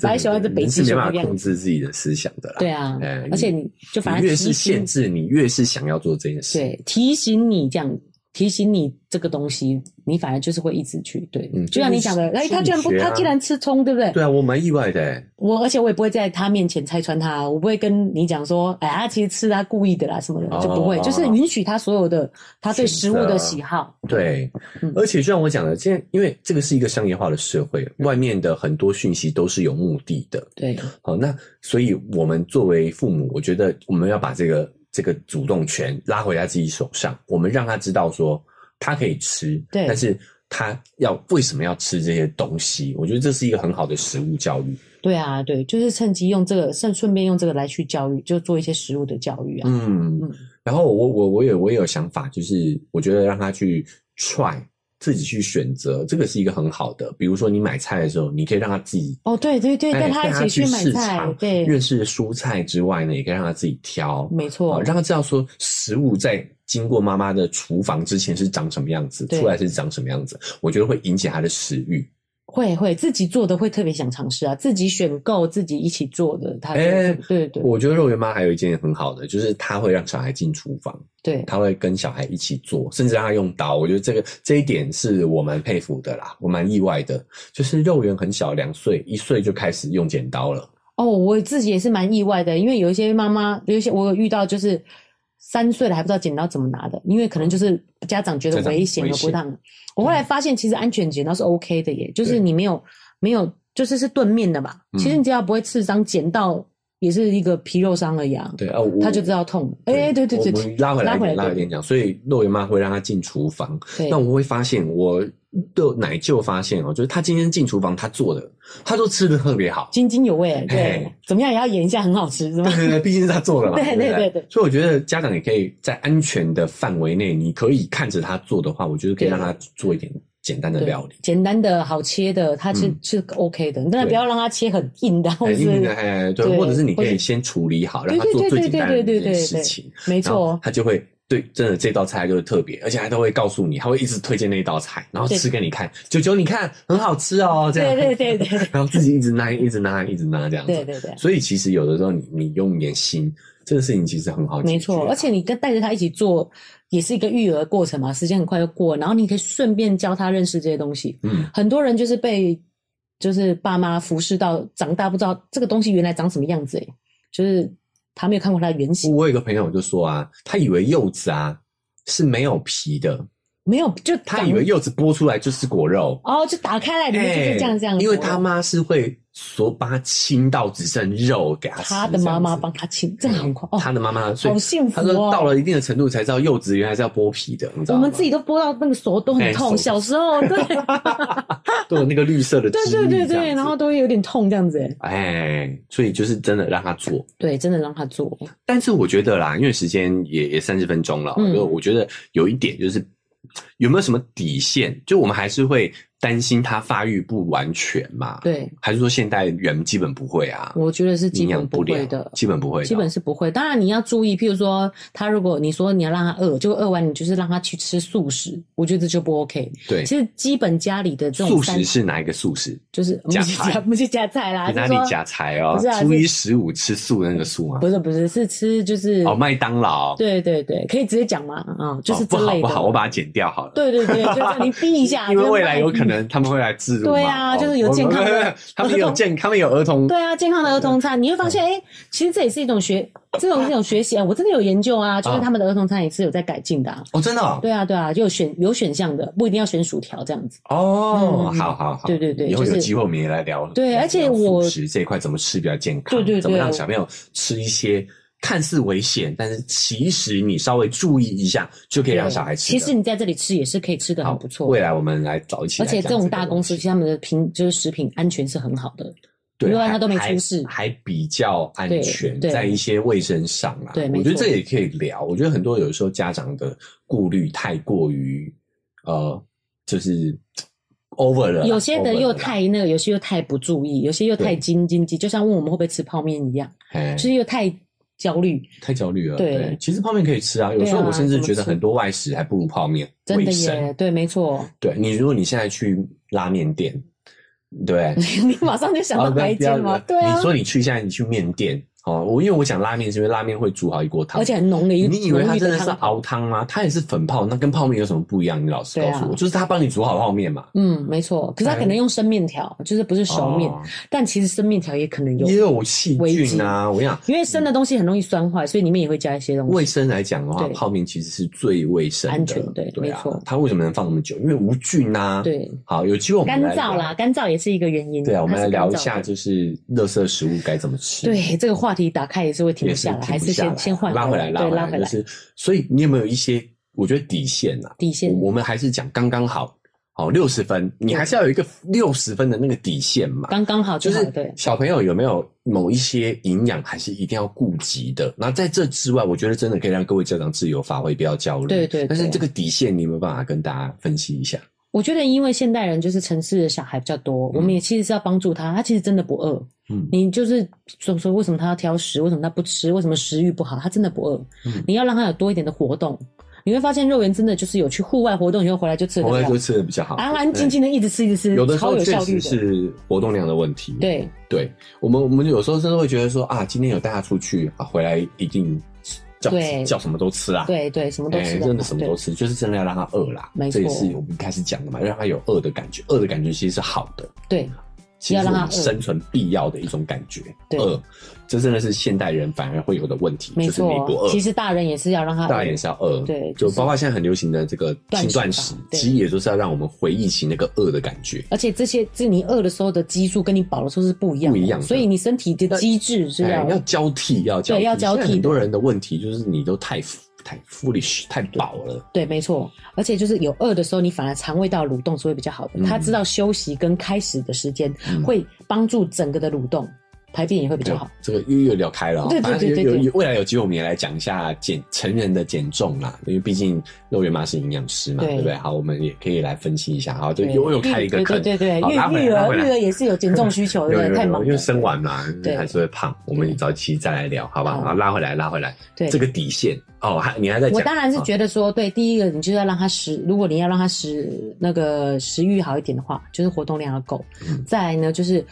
S1: 白熊还是北
S2: 你
S1: 极
S2: 是没
S1: 熊
S2: 办
S1: 的
S2: 法
S1: 样
S2: 控
S1: 子。
S2: 制自己的思想的啦。
S1: 对啊
S2: 哎，
S1: 而且你就反
S2: 你
S1: 正
S2: 越
S1: 提
S2: 是
S1: 醒
S2: 限，制，你越是想要做这件事。
S1: 对，提醒你这样，提醒你这个东西，你反而就是会一直去对。
S2: 嗯
S1: 就像你讲的，
S2: 就是
S1: 哎，他居然不，
S2: 心理学啊
S1: 他竟然吃葱，对不对？
S2: 对啊，我蛮意外的、欸。
S1: 我而且我也不会在他面前拆穿他，我不会跟你讲说，哎，他其实吃他故意的啦什么的，
S2: 哦
S1: 就不会，就是允许他所有的他对食
S2: 选
S1: 物
S2: 择
S1: 的喜好。
S2: 对
S1: 嗯，
S2: 而且就像我讲的，现在因为这个是一个商业化的社会，外面的很多讯息都是有目的的。
S1: 对，
S2: 好，那所以我们作为父母，我觉得我们要把这个这个主动权拉回在自己手上，我们让他知道说他可以吃，
S1: 对
S2: 但是他要为什么要吃这些东西？我觉得这是一个很好的食物教育。
S1: 对啊，对，就是趁机用这个，顺顺便用这个来去教育，就做一些食物的教育啊。
S2: 嗯
S1: 嗯，
S2: 然后我我我有我也有想法，就是我觉得让他去 try。自己去选择，这个是一个很好的。比如说，你买菜的时候，你可以让他自己
S1: 哦，对对对，
S2: 哎
S1: 带他一起去买
S2: 市
S1: 菜
S2: 场，
S1: 对，
S2: 认识蔬菜之外呢，也可以让他自己挑，
S1: 没
S2: 啊
S1: 错，
S2: 让他知道说食物在经过妈妈的厨房之前是长什么样子，
S1: 对
S2: 出来是长什么样子。我觉得会引起他的食欲。
S1: 会会自己做的会特别想尝试啊，自己选购，自己一起做的，他就
S2: 哎
S1: 对对
S2: 我觉得肉圆妈还有一件很好的，就是她会让小孩进厨房，
S1: 对，
S2: 她会跟小孩一起做，甚至让他用刀。我觉得这个这一点是我蛮佩服的啦，我蛮意外的。就是肉圆很小，两岁一岁就开始用剪刀了。
S1: 哦，我自己也是蛮意外的，因为有一些妈妈，有一些我有遇到就是三岁了还不知道剪刀怎么拿的，因为可能就是家长觉得
S2: 哦家长
S1: 危险而
S2: 危
S1: 不
S2: 险嗯
S1: 让。我后来发现，其实安全剪刀是 OK 的耶，就是
S2: 对
S1: 你没有没有，就是是钝面的吧。其实
S2: 嗯
S1: 你只要不会刺伤，剪到也是一个皮肉伤而已啊，
S2: 对啊，我
S1: 他就知道痛。哎，对对对
S2: 我
S1: 对
S2: 们拉回来一
S1: 拉回来
S2: 点，拉回来一点讲，所以肉圆妈会让他进厨房。
S1: 对
S2: 那我会发现，我的奶舅发现哦，就是他今天进厨房，他做的，他都吃的特别好。
S1: 津津有味，对
S2: 嘿，
S1: 怎么样也要演一下很好吃，是吗
S2: 对？ 对对，毕竟是他做的嘛。
S1: 对
S2: 对
S1: 对
S2: 不
S1: 对对
S2: 所以我觉得家长也可以在安全的范围内，你可以看着他做的话，我觉得可以
S1: 对
S2: 让他做一点简单的
S1: 对
S2: 料理。
S1: 简单的好切的，它是、
S2: 嗯
S1: 是 OK 的，但
S2: 对
S1: 不要让它切很硬的，或
S2: 哎
S1: 者
S2: 因为呢
S1: 是
S2: 哎，对
S1: 对，
S2: 或者是你可
S1: 或者
S2: 以先处理好，让他
S1: 对对
S2: 做
S1: 对
S2: 最
S1: 对
S2: 简单
S1: 对
S2: 的
S1: 对
S2: 一件
S1: 对
S2: 事
S1: 对
S2: 情，
S1: 没
S2: 然后
S1: 错，
S2: 他就会对，真的这道菜就是特别，而且他都会告诉你，他会一直推荐那道菜，然后
S1: 对
S2: 吃给你看，九九你看很好 吃哦，这样，
S1: 对对对对对
S2: 然后自己一直拿，一直拿，一直拿这样子，
S1: 对对对，
S2: 所以其实有的时候你你用一点心，这个事情其实很好解决，啊
S1: 没错。而且你跟带着他一起做，也是一个育儿过程嘛，时间很快就过，然后你可以顺便教他认识这些东西。
S2: 嗯，
S1: 很多人就是被就是爸妈服侍到长大，不知道这个东西原来长什么样子、欸，就是他没有看过它的原型，
S2: 我有一个朋友就说啊，他以为柚子啊是没有皮的，
S1: 没有就
S2: 他
S1: 长
S2: 以为柚子剥出来就是果肉，
S1: 哎
S2: 哎
S1: 哦，就打开来里面就是这样这样子、
S2: 因为他妈是会所把他清到只剩肉给他吃。
S1: 他的妈妈帮他清，这样很快哦。
S2: 嗯他的妈妈，所以
S1: 好幸福
S2: 他
S1: 哦
S2: 说到了一定的程度才知道柚子原来是要剥皮的，你知道
S1: 我
S2: 吗？
S1: 们自己都剥到那个手都
S2: 哎
S1: 很痛，
S2: 手
S1: 小时候 对
S2: 都有那个绿色的
S1: 对
S2: 汁
S1: 对
S2: 液
S1: 对
S2: 这样
S1: 对，
S2: 子
S1: 然后都会有点痛这样子。哎
S2: 哎，所以就是真的让他做。
S1: 对，真的让他做，
S2: 但是我觉得啦，因为时间也也三十分钟了，
S1: 嗯
S2: 就我觉得有一点就是有没有什么底线？就我们还是会担心他发育不完全嘛？，
S1: 对
S2: 还是说现代人基本不会啊？
S1: 我觉得是基
S2: 营养
S1: 本不会
S2: 良
S1: 的。
S2: 基本不会的，
S1: 基本是不会。当然你要注意，譬如说，他如果你说你要让他饿，就饿完你就是让他去吃素食，我觉得这就不 OK。
S2: 对。
S1: 其实基本家里的这种
S2: 素食
S1: 三
S2: 是哪一个素食？
S1: 就是不
S2: 夹
S1: 是
S2: 菜
S1: 夹不是夹菜啦，
S2: 你哪
S1: 是
S2: 里
S1: 说
S2: 夹菜哦
S1: 不是？啊
S2: 初一
S1: 是
S2: 十五吃素的那个素吗
S1: 不？是不是是吃就是
S2: 哦，麦当劳。
S1: 对对对，可以直接讲嘛啊、就是这
S2: 哦不好
S1: 类
S2: 不
S1: 的。
S2: 好，我把它剪掉好了。
S1: 对对对，就是你逼一下，
S2: 因为
S1: 就是
S2: 未来有
S1: 卖
S2: 可能他们会来自入嘛。
S1: 对啊
S2: 哦
S1: 就是有健 康的
S2: 他们有健，他们有儿童。
S1: 对啊，健康的儿童餐，你会发
S2: 嗯
S1: 现，哎、其实这也是一种学，这种这种学习啊，我真的有研究啊，就是他们的儿童餐也是有在改进的、啊。
S2: 哦，真的哦
S1: 对啊，对啊，就有选有选项的，不一定要选薯条这样子。
S2: 哦，
S1: 嗯
S2: 好好好，
S1: 对对对
S2: 以后
S1: 就
S2: 有
S1: 是
S2: 机会我们也来聊。
S1: 对
S2: 聊
S1: 而且
S2: 聊
S1: 我
S2: 辅食这一块怎么吃比较健康，
S1: 对对对
S2: 怎么让小朋友吃一些看似危险，但是其实你稍微注意一下就可以啊让小孩吃
S1: 其
S2: 的。
S1: 实你在这里吃也是可以吃的很不错。
S2: 未来我们来找一起
S1: 而
S2: 来讲
S1: 且
S2: 个问题。
S1: 这种大公司，其实他们的品就是食品安全是很好的。
S2: 对，
S1: 因为
S2: 还
S1: 它都没
S2: 还
S1: 出事
S2: 还比较安全，
S1: 对对
S2: 在一些卫生上啦。
S1: 对没
S2: 我觉得这
S1: 错
S2: 也可以聊。我觉得很多有时候家长的顾虑太过于呃，就是 over 了啦，
S1: 有些
S2: over
S1: 的
S2: 了
S1: 又
S2: 啦，
S1: 太那个，有些又太不注意，有些又太
S2: 对
S1: 斤斤计，就像问我们会不会吃泡面一样，
S2: 哎
S1: 就是又太焦虑。
S2: 太焦虑了。
S1: 对
S2: 对，其实泡面可以吃啊，有时候
S1: 对啊
S2: 我甚至
S1: 怎么
S2: 觉得
S1: 吃
S2: 很多外食还不如泡面
S1: 真
S2: 卫
S1: 的耶
S2: 生。，
S1: 对，没错，
S2: 对你，如果你现在去拉面店，对，
S1: 你马上 就想
S2: 啊
S1: 到
S2: 不要
S1: 哪一
S2: 不要
S1: 间吗？
S2: 不要
S1: 对啊
S2: 你，说你去现在你去面店哦，我因为我讲拉面是因为拉面会煮好一锅汤，
S1: 而且很浓的一个，
S2: 你以为它
S1: 浓郁
S2: 真的
S1: 汤
S2: 是
S1: 头
S2: 熬汤吗？它也是粉泡，那跟泡面有什么不一样？你老实告诉我，
S1: 对啊
S2: 就是它帮你煮好泡面嘛，
S1: 嗯，没错。可是他
S2: 对
S1: 可能用生面条，就是不是熟面，
S2: 哦
S1: 但其实生面条也可能有，嗯
S2: 也有细
S1: 危
S2: 菌
S1: 机
S2: 啊。我跟你讲，
S1: 因为生的东西很容易酸坏，所以里面也会加一些东
S2: 卫
S1: 西。
S2: 生来讲的话，
S1: 对
S2: 泡面其实是最卫生的、
S1: 安全对
S2: 对啊
S1: 没错。
S2: 它为什么能放那么久？因为无菌啊。，
S1: 对，
S2: 好，有机会我们
S1: 干
S2: 来
S1: 燥
S2: 聊
S1: 啦，。干燥也是一个原因。
S2: 对啊，我们
S1: 它
S2: 来
S1: 是干
S2: 聊一
S1: 燥
S2: 下，
S1: 的。
S2: 就是垃圾食物该怎么吃。
S1: 对这个话题打开也是会停
S2: 也
S1: 不
S2: 是
S1: 下来，
S2: 停
S1: 还
S2: 不
S1: 是
S2: 下来
S1: 先先换
S2: 拉回来，
S1: 对，
S2: 拉
S1: 拉
S2: 回
S1: 回
S2: 来。就
S1: 来。
S2: 是，所以你有没有一些我觉得底线啊？
S1: 底线
S2: 我我们还是讲刚刚好，好六十分，你还是要有一个六十分的那个底线嘛。
S1: 刚刚好
S2: 就
S1: 好
S2: 是
S1: 对，
S2: 小朋友有没有某一些营养还是一定要顾及的？那在这之外，我觉得真的可以让各位家长自由发挥，不要焦虑。
S1: 对对对
S2: 但是这个底线，你有没有办法跟大家分析一下？
S1: 我觉得因为现代人就是城市的小孩比较多，我们也其实是要帮助他，他其实真的不饿。
S2: 嗯
S1: 你就是说说为什么他要挑食，为什么他不吃，为什么食欲不好，他真的不饿。
S2: 嗯
S1: 你要让他有多一点的活动，你会发现肉圆真的就是有去户外活动以后回来就吃得
S2: 我会
S1: 了
S2: 就，吃的比较好，
S1: 安安静静的一直吃一直吃，
S2: 对。有的时
S1: 超
S2: 候
S1: 有
S2: 确
S1: 效率
S2: 实
S1: 的。
S2: 是活动量的问题。
S1: 对
S2: 对，我们我们有时候真的会觉得说啊，今天有带他出去啊，回来一定叫
S1: 对
S2: 叫什么都吃啦。
S1: 对对，什么都
S2: 哎
S1: 吃
S2: 真的什么都
S1: 对
S2: 吃，就是真的要让他饿啦。
S1: 没
S2: 这也
S1: 错
S2: 是我们一开始讲的嘛，让他有饿的感觉，饿的感觉其实是好的。
S1: 对
S2: 其实是
S1: 要
S2: 我
S1: 让
S2: 们
S1: 他饿
S2: 生存必要的一种感觉。
S1: 对
S2: 饿，这真的是现代人反而会有的问题，
S1: 没
S2: 就是你
S1: 错
S2: 不。饿，
S1: 其实大人也是要让他
S2: 大人也是要饿。
S1: 对就
S2: 就
S1: 是
S2: 包括现在很流行的这个
S1: 断
S2: 轻
S1: 食
S2: 断食
S1: 法，对
S2: 其实也就是要让我们回忆起那个饿的感觉。
S1: 而且这些这你饿的时候的激素跟你饱的时候是不一样的，
S2: 不一样的
S1: 所以你身体的机制是
S2: 哎
S1: 要
S2: 要交替，要交替。
S1: 对要交替
S2: 现在很多人的问题就是你都太太 foolish，太饱了。
S1: 对，没错。而且就是有饿的时候，你反而肠胃道蠕动是会比较好的。
S2: 嗯
S1: 他知道休息跟开始的时间，
S2: 嗯
S1: 会帮助整个的蠕动，排便也会比较
S2: 对
S1: 好。，
S2: 这个又又聊开了、哦。
S1: 对对对
S2: 反正有
S1: 对
S2: 有
S1: 对
S2: 有未来有机会我们也来讲一下减成人的减重啦，因为毕竟肉圆妈是营养师嘛，对
S1: 对
S2: 不对？好，我们也可以来分析一下。好，就
S1: 对，
S2: 又又开一个
S1: 育
S2: 坑，
S1: 对对对
S2: 好
S1: 对，
S2: 拉回
S1: 育
S2: 来
S1: 育
S2: 拉
S1: 儿
S2: 回来
S1: 育儿也是有减重需求，对不
S2: 有有
S1: 对？太
S2: 有，
S1: 忙了，
S2: 因为生完嘛，
S1: 对
S2: 还是会胖。我们早期再来聊，好吧？
S1: 好
S2: 好，拉回来，拉回来，
S1: 对
S2: 这个底线哦，还你还在讲？
S1: 我当然是
S2: 哦
S1: 觉得说，对，第一个你就是要让他食，如果你要让他食那个食欲好一点的话，就是活动量要够。
S2: 嗯
S1: 再来呢，就是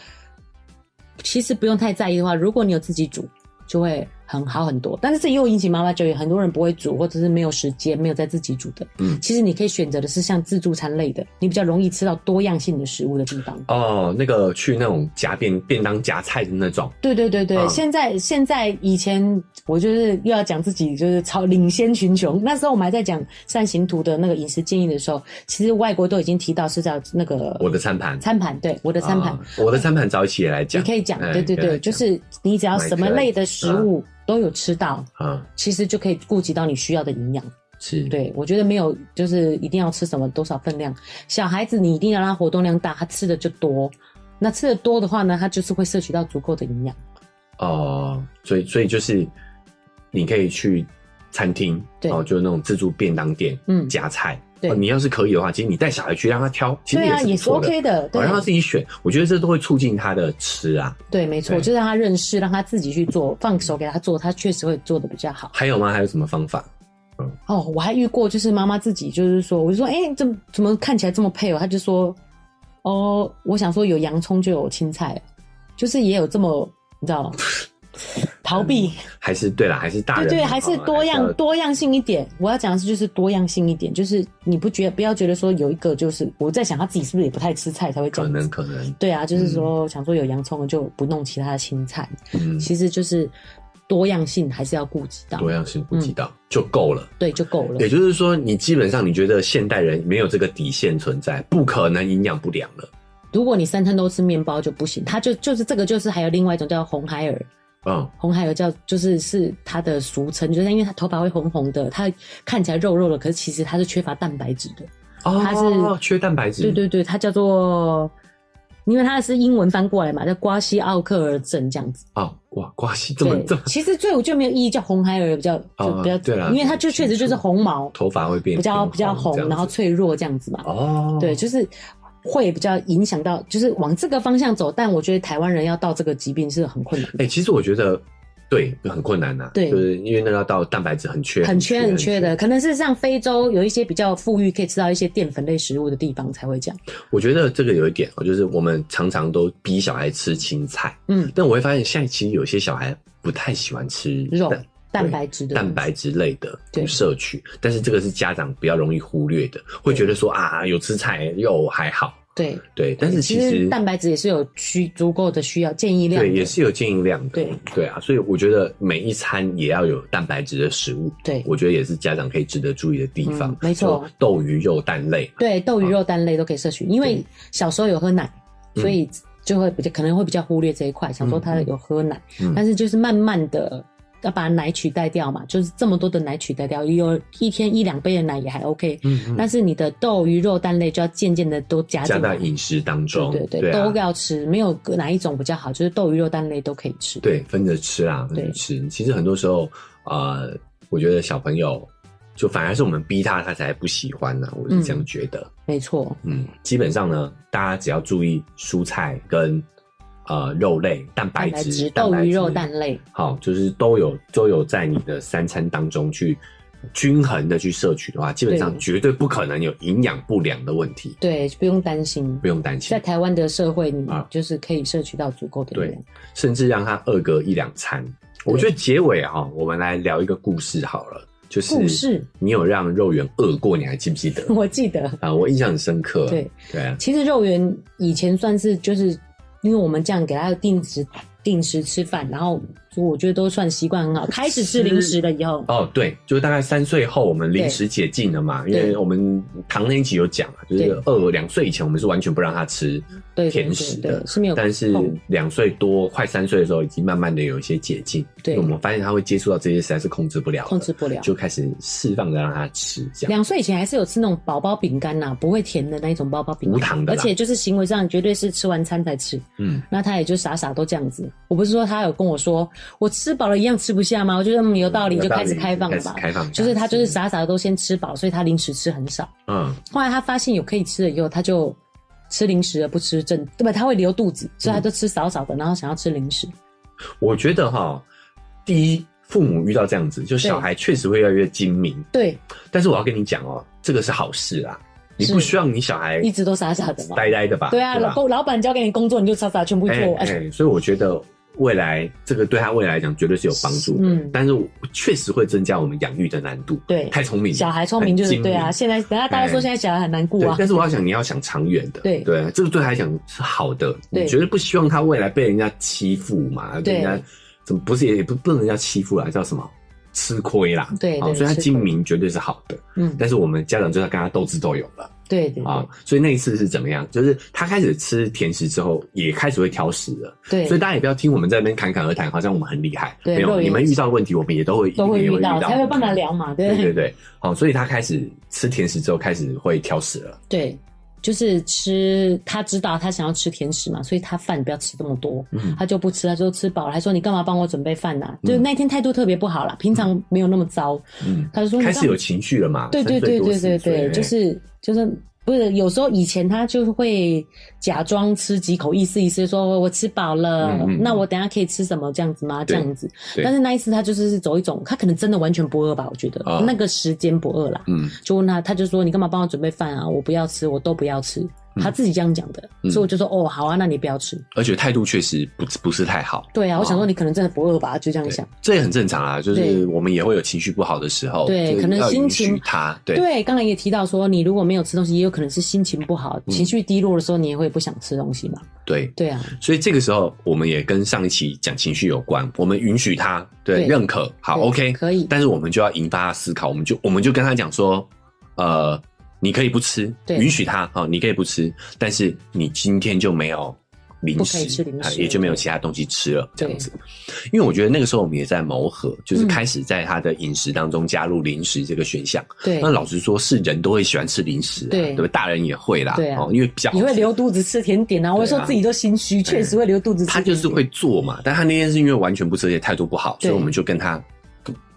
S1: 其实不用太在意的话，如果你有自己煮，就会很好很多。但是这又引起妈妈觉得很多人不会煮，或者是没有时间，没有在自己煮的。
S2: 嗯
S1: 其实你可以选择的是像自助餐类的，你比较容易吃到多样性的食物的地方。
S2: 哦，那个去那种夹便便当夹菜的那种，
S1: 对对对对，
S2: 嗯
S1: 现在现在以前我就是又要讲自己就是超领先群雄，那时候我们还在讲扇形图的那个饮食建议的时候，其实外国都已经提到是叫那个
S2: 我的餐盘，
S1: 餐盘，对我的餐盘，
S2: 啊我的餐盘早起也来
S1: 你
S2: 讲，
S1: 可以讲，
S2: 哎
S1: 对对
S2: 可以
S1: 对，
S2: 来讲
S1: 就是你只要什么类的食物都有吃到，
S2: 啊，
S1: 其实就可以顾及到你需要的营养。
S2: 是，
S1: 对我觉得没有就是一定要吃什么多少分量，小孩子你一定要让他活动量大，他吃的就多。那吃的多的话呢，他就是会摄取到足够的营养。
S2: 哦，所以所以就是你可以去餐厅，
S1: 对
S2: 哦，就那种自助便当店，
S1: 嗯
S2: 夹菜，
S1: 对
S2: 哦你要是可以的话，其实你带小孩去让他挑，其实
S1: 对啊，也
S2: 也
S1: 是
S2: 不错的
S1: OK 的，对
S2: 哦，让他自己选，我觉得这都会促进他的吃啊。
S1: 对，没错，
S2: 对
S1: 就让他认识，让他自己去做，放手给他做，他确实会做的比较好。
S2: 还有吗？还有什么方法？
S1: 哦，我还遇过，就是妈妈自己就是说，我就说，哎、怎么怎么看起来这么配哦？她就说，哦，我想说有洋葱就有青菜，就是也有这么，你知道 吗？逃避，
S2: 还是对啦，还是大
S1: 对
S2: 人
S1: 对，
S2: 嘛
S1: 还是
S2: 哦
S1: 多样
S2: 要
S1: 多样性一点。我要讲的是，就是多样性一点，就是你不觉不要觉得说有一个就是我在想他自己是不是也不太吃菜才会这
S2: 可
S1: 样
S2: 能嗯
S1: 子。
S2: 可能，
S1: 对啊，就是说、想说有洋葱就不弄其他的青菜，
S2: 嗯，
S1: 其实就是多样性还是要顾及到，
S2: 多样性顾及到就够了。
S1: 对就够了
S2: 也。就是说，你基本上你觉得现代人没有这个底线存在，不可能营养不良了。
S1: 如果你三餐都吃面包就不行，它就就是这个就是还有另外一种叫红孩儿，
S2: 嗯，
S1: 红孩儿叫就是是它的俗称，就是因为它头发会红红的，它看起来肉肉的，可是其实它是缺乏蛋白质的。它是
S2: 哦，缺蛋白质，
S1: 对对对，它叫做，因为它是英文翻过来嘛，叫瓜西奥克尔症这样子。
S2: 哦，哇，瓜西这么
S1: 对
S2: 这么，
S1: 其实最我觉得没有意义叫红孩儿比较就比较，
S2: 哦对啦
S1: 因为它就确
S2: 清楚
S1: 实就是红毛，
S2: 头发会变
S1: 比较
S2: 变
S1: 比较
S2: 红
S1: 红
S2: 这样，子
S1: 然后脆弱这样子嘛。
S2: 哦，
S1: 对，就是会比较影响到，就是往这个方向走。但我觉得台湾人要到这个疾病是很困难
S2: 哎、
S1: 的，
S2: 其实我觉得对很困难呐、
S1: 对
S2: 就是因为那要到蛋白质很缺，
S1: 很缺很缺的。。可能是像非洲有一些比较富裕，可以吃到一些淀粉类食物的地方才会这样。
S2: 我觉得这个有一点哦，就是我们常常都逼小孩吃青菜，
S1: 嗯，
S2: 但我会发现现在其实有些小孩不太喜欢吃
S1: 肉
S2: 蛋、
S1: 蛋白质的
S2: 蛋白质类的
S1: 对
S2: 不摄取，但是这个是家长比较容易忽略的，会觉得说啊有吃菜肉还好，
S1: 对，
S2: 对，但是
S1: 其
S2: 其实
S1: 蛋白质也是有需足够的需要建议量的。
S2: 对也是有建议量的，
S1: 对
S2: 对啊，所以我觉得每一餐也要有蛋白质的食物，
S1: 对
S2: 我觉得也是家长可以值得注意的地方，
S1: 嗯没错，
S2: 豆鱼肉蛋类，
S1: 对豆鱼肉蛋类都可以摄取，因为
S2: 对
S1: 小时候有喝奶，
S2: 嗯
S1: 所以就会比较可能会比较忽略这一块，想说他有喝奶，
S2: 嗯
S1: 但是就是慢慢的要把奶取代掉嘛，就是这么多的奶取代掉，有一天一两杯的奶也还 OK，、
S2: 嗯嗯，
S1: 但是你的豆鱼肉蛋类就要渐渐的都加进
S2: 加到
S1: 来。
S2: 饮食当中，
S1: 对对
S2: 对啊
S1: 都要吃，没有哪一种比较好，就是豆鱼肉蛋类都可以吃。
S2: 对，分着吃啦，分着
S1: 对
S2: 吃。其实很多时候，呃，我觉得小朋友就反而是我们逼他，他才不喜欢呢、啊我是这样觉得。
S1: 没错，
S2: 嗯基本上呢，大家只要注意蔬菜跟呃肉类、蛋白
S1: 蛋白
S2: 质、
S1: 质、
S2: 蛋
S1: 豆
S2: 白
S1: 鱼肉
S2: 质
S1: 蛋类，
S2: 好，就是都有都有在你的三餐当中去均衡的去摄取的话，基本上
S1: 对
S2: 绝对不可能有营养不良的问题，
S1: 对，不用担心
S2: 不。用担心
S1: 在。台湾的社会，你
S2: 啊
S1: 就是可以摄取到足够的
S2: 对
S1: 量。
S2: 甚至让他饿个一两餐。我觉得结尾哈、我们来聊一个故事好了，就是
S1: 故事？
S2: 你有让肉圆饿过，你还记不记得
S1: 我记得，
S2: 啊，我印象很深刻。
S1: 对
S2: 对啊，
S1: 其实肉圆以前算是就是，因为我们这样给他定时定时吃饭，然后就我觉得都算习惯很好。开始吃零食了以后，
S2: 哦对，就是大概三岁后我们临时解禁了嘛，因为
S1: 对
S2: 我们唐那一集有讲嘛，就是
S1: 对
S2: 二两岁以前我们是完全不让他吃
S1: 对对
S2: 甜食
S1: 对
S2: 的
S1: 对，是没有
S2: 但是
S1: 碰
S2: 两岁多快三岁的时候已经慢慢的有一些解禁，
S1: 对
S2: 因为我们发现他会接触到这些实在是控制不了的，
S1: 控制不了。
S2: 就开始释放的让他吃这样。
S1: 两岁以前还是有吃那种宝宝饼干呐、不会甜的那一种宝宝饼
S2: 无
S1: 干，
S2: 糖的
S1: 而
S2: 啦，
S1: 且就是行为上绝对是吃完餐才吃。
S2: 嗯，
S1: 那他也就傻傻都这样子。我不是说他有跟我说我吃饱了一样吃不下吗？我觉得嗯有道理，就开始开放了
S2: 开
S1: 吧
S2: 始。开放，
S1: 就是他就是傻傻的都先吃饱，所以他零食吃很少。
S2: 嗯，
S1: 后来他发现有可以吃的以后，他就吃零食了，不吃正，对吧？他会留肚子，所以他就吃少少的，然后想要吃零食。
S2: 嗯我觉得哈，第一，父母遇到这样子，就小孩确实会越来越精明。
S1: 对，
S2: 但是我要跟你讲哦，这个是好事啊，你
S1: 是
S2: 不希望你小孩
S1: 一直都傻傻的嘛。
S2: 呆呆的吧？
S1: 对啊，
S2: 吧
S1: 老公老板交给你工作，你就傻傻全部
S2: 哎
S1: 做。
S2: 哎、
S1: 哎，
S2: 所以我觉得未来这个对他未来来讲绝对是有帮助的，
S1: 嗯
S2: 但是我确实会增加我们养育的难度。
S1: 对
S2: 太聪明了，
S1: 小孩聪明就
S2: 太
S1: 是
S2: 精
S1: 对
S2: 明
S1: 啊，现在等下大家说
S2: 哎
S1: 现在小孩很难顾
S2: 对
S1: 啊，，
S2: 但是我要想，你要想长远的，
S1: 对
S2: 对，啊这个对他来讲是好的，
S1: 对
S2: 你绝对不希望他未来被人家欺负嘛，
S1: 对
S2: 被人家怎么不是也也不不能人家欺负啦，叫什么吃亏啦，
S1: 对
S2: 啊
S1: 对
S2: 所以他
S1: 吃亏
S2: 精明绝对是好的，
S1: 嗯，
S2: 但是我们家长就要跟他斗智斗勇了
S1: 对对
S2: 啊，所以那一次是怎么样？就是他开始吃甜食之后，也开始会挑食了，
S1: 对，
S2: 所以大家也不要听我们在那边侃侃而谈，好像我们很厉害，
S1: 对
S2: 没
S1: 肉
S2: 有，
S1: 眼
S2: 你们遇到问题，我们也都会
S1: 都
S2: 一
S1: 会
S2: 定也
S1: 遇到，
S2: 到，
S1: 才会有办法。聊嘛，对
S2: 对对对，好，所以他开始吃甜食之后，开始会挑食了。
S1: 对，就是吃，他知道他想要吃甜食嘛，所以他饭不要吃这么多，
S2: 嗯
S1: 他就不吃，他就吃饱了，还说你干嘛帮我准备饭呐、
S2: 嗯
S1: 就那天态度特别不好啦，平常没有那么糟，
S2: 嗯，
S1: 他就说你
S2: 开
S1: 干
S2: 始有情绪了嘛？
S1: 对对对对对
S2: 哎
S1: 对，就是就是。不是，有时候以前他就会假装吃几口，意思意思说我吃饱了，
S2: 嗯嗯嗯
S1: 那我等下可以吃什么这样子吗？这
S2: 对
S1: 样子。
S2: 对
S1: 但是那一次他就是是走一种，他可能真的完全不饿吧，我觉得、
S2: 啊
S1: 那个时间不饿啦。
S2: 嗯
S1: 就问他，他就说你干嘛帮我准备饭啊？我不要吃，我都不要吃。他自己这样讲的，
S2: 嗯
S1: 所以我就说哦，好啊，那你不要吃。
S2: 而且态度确实不不是太好。
S1: 对啊，我想说
S2: 哦
S1: 你可能真的不饿吧，就这样
S2: 对
S1: 想。
S2: 这也很正常啊，就
S1: 对
S2: 是我们也会有情绪不好的时候，
S1: 对
S2: 就是
S1: 可能
S2: 要
S1: 心
S2: 允
S1: 情
S2: 许他，对
S1: 对，刚才也提到说，你如果没有吃东西，也有可能是心情不好、
S2: 嗯
S1: 情绪低落的时候，你也会不想吃东西嘛。
S2: 对。
S1: 对啊，
S2: 所以这个时候，我们也跟上一期讲情绪有关，我们允许他，对，
S1: 对
S2: 认可，好
S1: 对
S2: ，OK，
S1: 可以
S2: 但是我们就要引发他思考，我们就我们就跟他讲说，呃，你可以不吃，
S1: 对
S2: 允许他，好、你可以不吃，但是你今天就没有零
S1: 不可以
S2: 食，
S1: 吃零
S2: 啊
S1: 食
S2: 也就没有
S1: 对
S2: 其他东西吃了，这
S1: 对嗯
S2: 样子。因为我觉得那个时候我们也在谋合，就是开始在他的饮食当中加入零食这个选项。
S1: 对
S2: 那，老实说，是人都会喜欢吃零食、啊，
S1: 对
S2: 不对？大人也会啦，
S1: 对啊
S2: 哦，因为比较好
S1: 你会
S2: 吃
S1: 留肚子吃甜点啊？我说自己都心虚，确实会留肚子吃
S2: 他
S1: 甜点。
S2: 就是会做嘛，但他那天是因为完全不吃，而且态度不好，
S1: 对
S2: 所以我们就跟他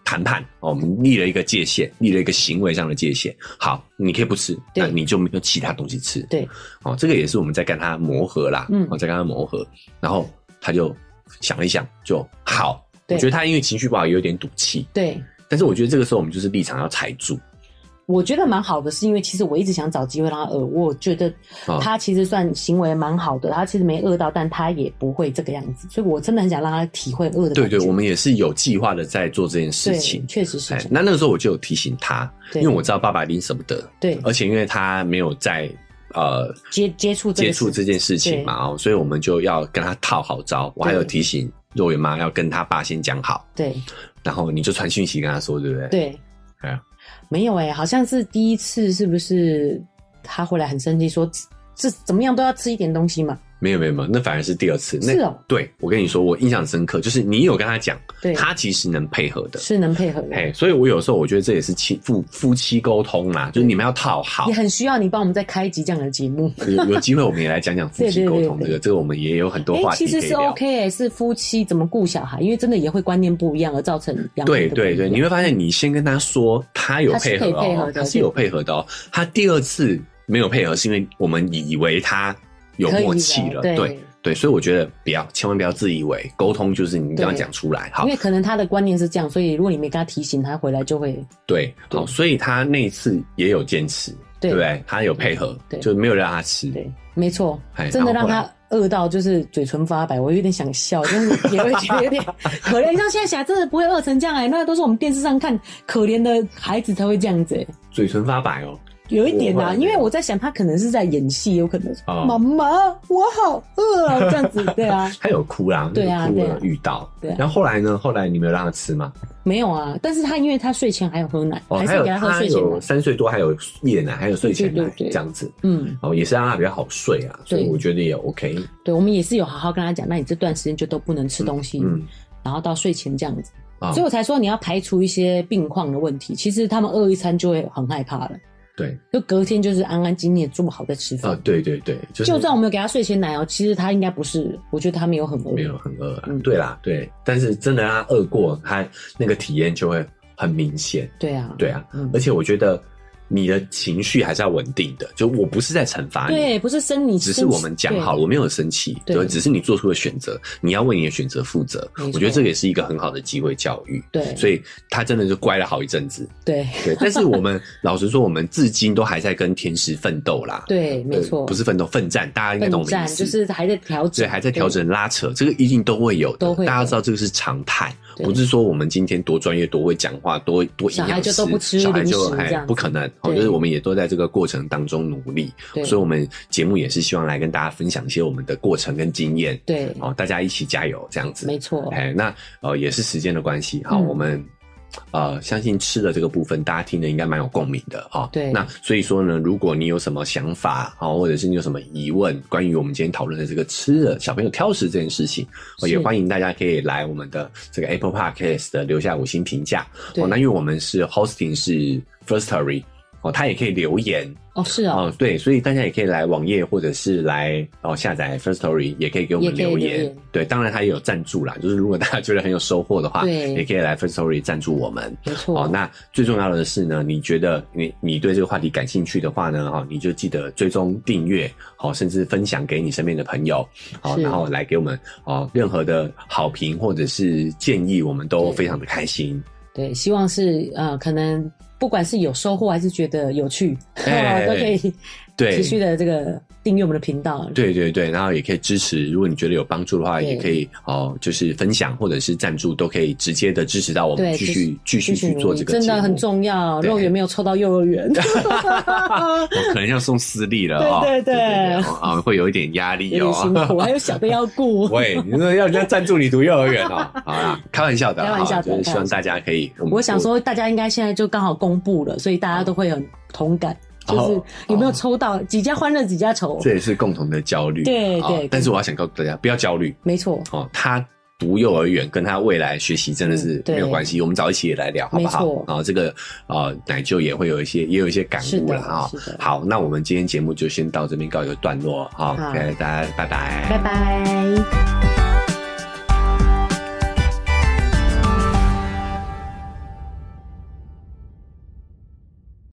S2: 谈判哦，我们立了一个界限，立了一个行为上的界限。好，你可以不吃，
S1: 对
S2: 那你就没有其他东西吃。
S1: 对，
S2: 哦，这个也是我们在跟他磨合啦，
S1: 嗯
S2: 哦，在跟他磨合，然后他就想了一想，就好。
S1: 对
S2: 我觉得他因为情绪不好，也有点赌气，
S1: 对。
S2: 但是我觉得这个时候我们就是立场要踩住，
S1: 我觉得蛮好的，是因为其实我一直想找机会让他饿。我觉得
S2: 啊
S1: 他其实算行为蛮好的，他其实没饿到，但他也不会这个样子。所以我真的很想让他体会饿的
S2: 对
S1: 感觉。
S2: 对，我们也是有计划的在做这件事
S1: 对
S2: 情。
S1: 确实是这
S2: 哎
S1: 样。，
S2: 那那个时候我就有提醒他，
S1: 对
S2: 因为我知呃道爸爸一定舍不得，
S1: 对
S2: 而且因为他没有在呃
S1: 接接触这个
S2: 接触
S1: 事
S2: 这件事情嘛，哦，所以我们就要跟他套好招。我还有提醒肉圆妈要跟他爸先讲好，
S1: 对
S2: 然后你就传讯息跟他说，对不对？，
S1: 对
S2: 哎呀，
S1: 没有哎、好像是第一次，是不是他回来很生气说，这怎么样都要吃一点东西嘛？
S2: 没有没有没有，那反而是第二次。那
S1: 是哦
S2: 对我跟你说，我印象深刻，就是你有跟他讲，
S1: 对，
S2: 他其实能配合的。
S1: 是能配合的，
S2: 哎，所以我有时候我觉得这也是亲夫夫妻沟通嘛，就是你们要套好
S1: 也。很需要你帮我们再开一集这样的节目。
S2: 有有机会我们也来讲讲夫妻沟通
S1: 对对对对
S2: 这个，这个我们也有很多
S1: 哎、
S2: 话
S1: 其
S2: 题可
S1: 实是
S2: 以聊。
S1: OK 哎、是夫妻怎么顾小孩，因为真的也会观念不一样而造成两个
S2: 对
S1: 人的
S2: 对
S1: 不一
S2: 对，
S1: 样
S2: 你会发现你先跟他说他有
S1: 他是
S2: 配合
S1: 可以配合
S2: 哦，
S1: 的
S2: 他是有配合的哦。他第二次没有配合，是因为我们以为他有
S1: 可以
S2: 默契
S1: 的
S2: 了，
S1: 对
S2: 对对，所以我觉得不要，千万不要自以为沟通就是你一定要
S1: 对
S2: 讲出来，好
S1: 因为，可能他的观念是这样，所以如果你没跟他提醒，他回来就会
S2: 对，
S1: 对
S2: 好，所以他那一次也有坚持，
S1: 对
S2: 对不对？他有配合
S1: 对，
S2: 就没有让他吃，
S1: 对，没错
S2: 哎，
S1: 真的让
S2: 然后
S1: 他饿到就是嘴唇发白，我有点想笑，但是也会觉得有 点可怜。像现在小孩真的不会饿成这样哎、那都是我们电视上看可怜的孩子才会这样子、哎
S2: 嘴唇发白哦。
S1: 有一点
S2: 我
S1: 啦，
S2: 会
S1: 因为我在想他可能是在演戏，有可能说
S2: 哦
S1: 妈妈我好饿啊这样子，对 啊，
S2: 他有哭啦，
S1: 对啊
S2: 有哭
S1: 对啊
S2: 了遇到，
S1: 对啊
S2: 然后后来呢？后来你没有让他吃吗？
S1: 没有啊，但是他因为他睡前还有喝奶，
S2: 哦，
S1: 还
S2: 还
S1: 是
S2: 有
S1: 给喝
S2: 他
S1: 睡前
S2: 有
S1: 奶，
S2: 三岁多，还有夜奶，还有睡前
S1: 对
S2: 奶
S1: 对对对
S2: 这样子。
S1: 嗯，
S2: 哦，也是让他比较好睡啊，所以
S1: 对
S2: 我觉得也 OK。
S1: 对，我们也是有好好跟他讲，那你这段时间就都不能吃东西，
S2: 嗯
S1: 然后到睡前这样子，
S2: 啊，
S1: 所以我才说你要排除一些病况的问题。其实他们饿一餐就会很害怕了，
S2: 对
S1: 就隔天就是安安静静地做好再吃饭。
S2: 啊，对对对，就是
S1: 就算我们有给他睡前奶哦，其实他应该不是，我觉得他没有很饿。
S2: 没有很饿啊
S1: 嗯，
S2: 对啦，对，但是真的让他饿过，他那个体验就会很明显。
S1: 对啊，
S2: 对啊
S1: 嗯，
S2: 而且我觉得你的情绪还是要稳定的。就我不是在惩罚你，
S1: 对，不是生你，
S2: 只是我们讲好了，我没有生气，
S1: 对
S2: 对，只是你做出了选择，你要为你的选择负责
S1: 没。错
S2: 我觉得这个也是一个很好的机会教育。
S1: 对
S2: 所以他真的就乖了好一阵子。
S1: 对
S2: 对，但是我们 老实说，我们至今都还在跟甜食奋斗啦。
S1: 对，没
S2: 呃
S1: 错，
S2: 不是奋斗，奋战，大家应该懂
S1: 奋
S2: 我的
S1: 战，
S2: 意思。
S1: 就是还在调整，
S2: 对，还在调整拉扯，这个一定都会有的，
S1: 都会有
S2: 大家知道这个是常态，
S1: 对
S2: 不是说我们今天多专业、多会讲话、多多营
S1: 小孩
S2: 养
S1: 就
S2: 师，
S1: 都不吃
S2: 小孩就
S1: 零食这
S2: 哎
S1: 样子
S2: 不可能，哦，
S1: 对
S2: 就是我们也都在这个过程当中努力，
S1: 对，
S2: 所以我们节目也是希望来跟大家分享一些我们的过程跟经验，
S1: 对，
S2: 哦，大家一起加油这样子，
S1: 没错，
S2: 哎，那呃也是时间的关系，好，
S1: 嗯
S2: 我们呃相信吃的这个部分，大家听的应该蛮有共鸣的哈、哦。
S1: 对
S2: 那所以说呢，如果你有什么想法啊、哦，或者是你有什么疑问，关于我们今天讨论的这个吃的小朋友挑食这件事情，哦、
S1: 是
S2: 也欢迎大家可以来我们的这个 Apple Podcast 的留下五星评价
S1: 对
S2: 哦。那因为我们是 hosting 是 Firstory。哦，它也可以留言
S1: 哦，是哦，
S2: 哦，对，所以大家也可以来网页或者是来哦下载 First Story，也可以给我们
S1: 也可以
S2: 留言。
S1: 留言
S2: 对，当然它也有赞助啦，就是如果大家觉得很有收获的话，
S1: 对
S2: 也可以来 First Story 赞助我们。
S1: 没错，
S2: 哦，那最重要的是呢，你觉得你你对这个话题感兴趣的话呢，哦，你就记得追踪订阅，哦，甚至分享给你身边的朋友，哦，
S1: 是
S2: 然后来给我们哦任何的好评或者是建议，我们都
S1: 对
S2: 非常的开心。
S1: 对，希望是呃，可能不管是有收获还是觉得有趣，
S2: 哎
S1: 都可以
S2: 对
S1: 持续的这个订阅我们的频道，
S2: 对对对，然后也可以支持，如果你觉得有帮助的话，
S1: 对
S2: 也可以哦，就是分享或者是赞助，都可以直接的支持到我们
S1: 对
S2: 继续继续去
S1: 努力
S2: 做这个
S1: 真
S2: 节
S1: 的
S2: 目
S1: 很，重要。
S2: 对
S1: 肉圆没有抽到幼儿 园，
S2: 哦我可能要送私立了哦，
S1: 对对对
S2: 哦啊，会有一点压力
S1: 有点辛苦，还
S2: 哦。
S1: 有小的要顾。
S2: 喂，你说要人家赞助你读幼儿园哦？好啦， 开玩笑的，
S1: 开玩笑的
S2: 好就是希望大家可以。们
S1: 我想说，大家应该现在就刚好公布了，所以大家都会很同感，
S2: 哦
S1: 就是有没有抽到几家欢乐几家愁
S2: 我，这也是共同的焦虑，
S1: 对
S2: 啊
S1: 对
S2: 但是我要想告诉大家，不要焦虑
S1: 没错，
S2: 哦，他。读幼儿园跟他未来学习真的
S1: 嗯
S2: 是
S1: 对
S2: 没有关系，我们早一起也来聊，好不好
S1: 没错？
S2: 然后这个呃奶舅也会有一些也有一些感
S1: 是
S2: 悟
S1: 的
S2: 了啊、
S1: 是的
S2: 好，那我们今天节目就先到这边告一个段落啊，
S1: 好
S2: 大家拜拜，
S1: 拜拜。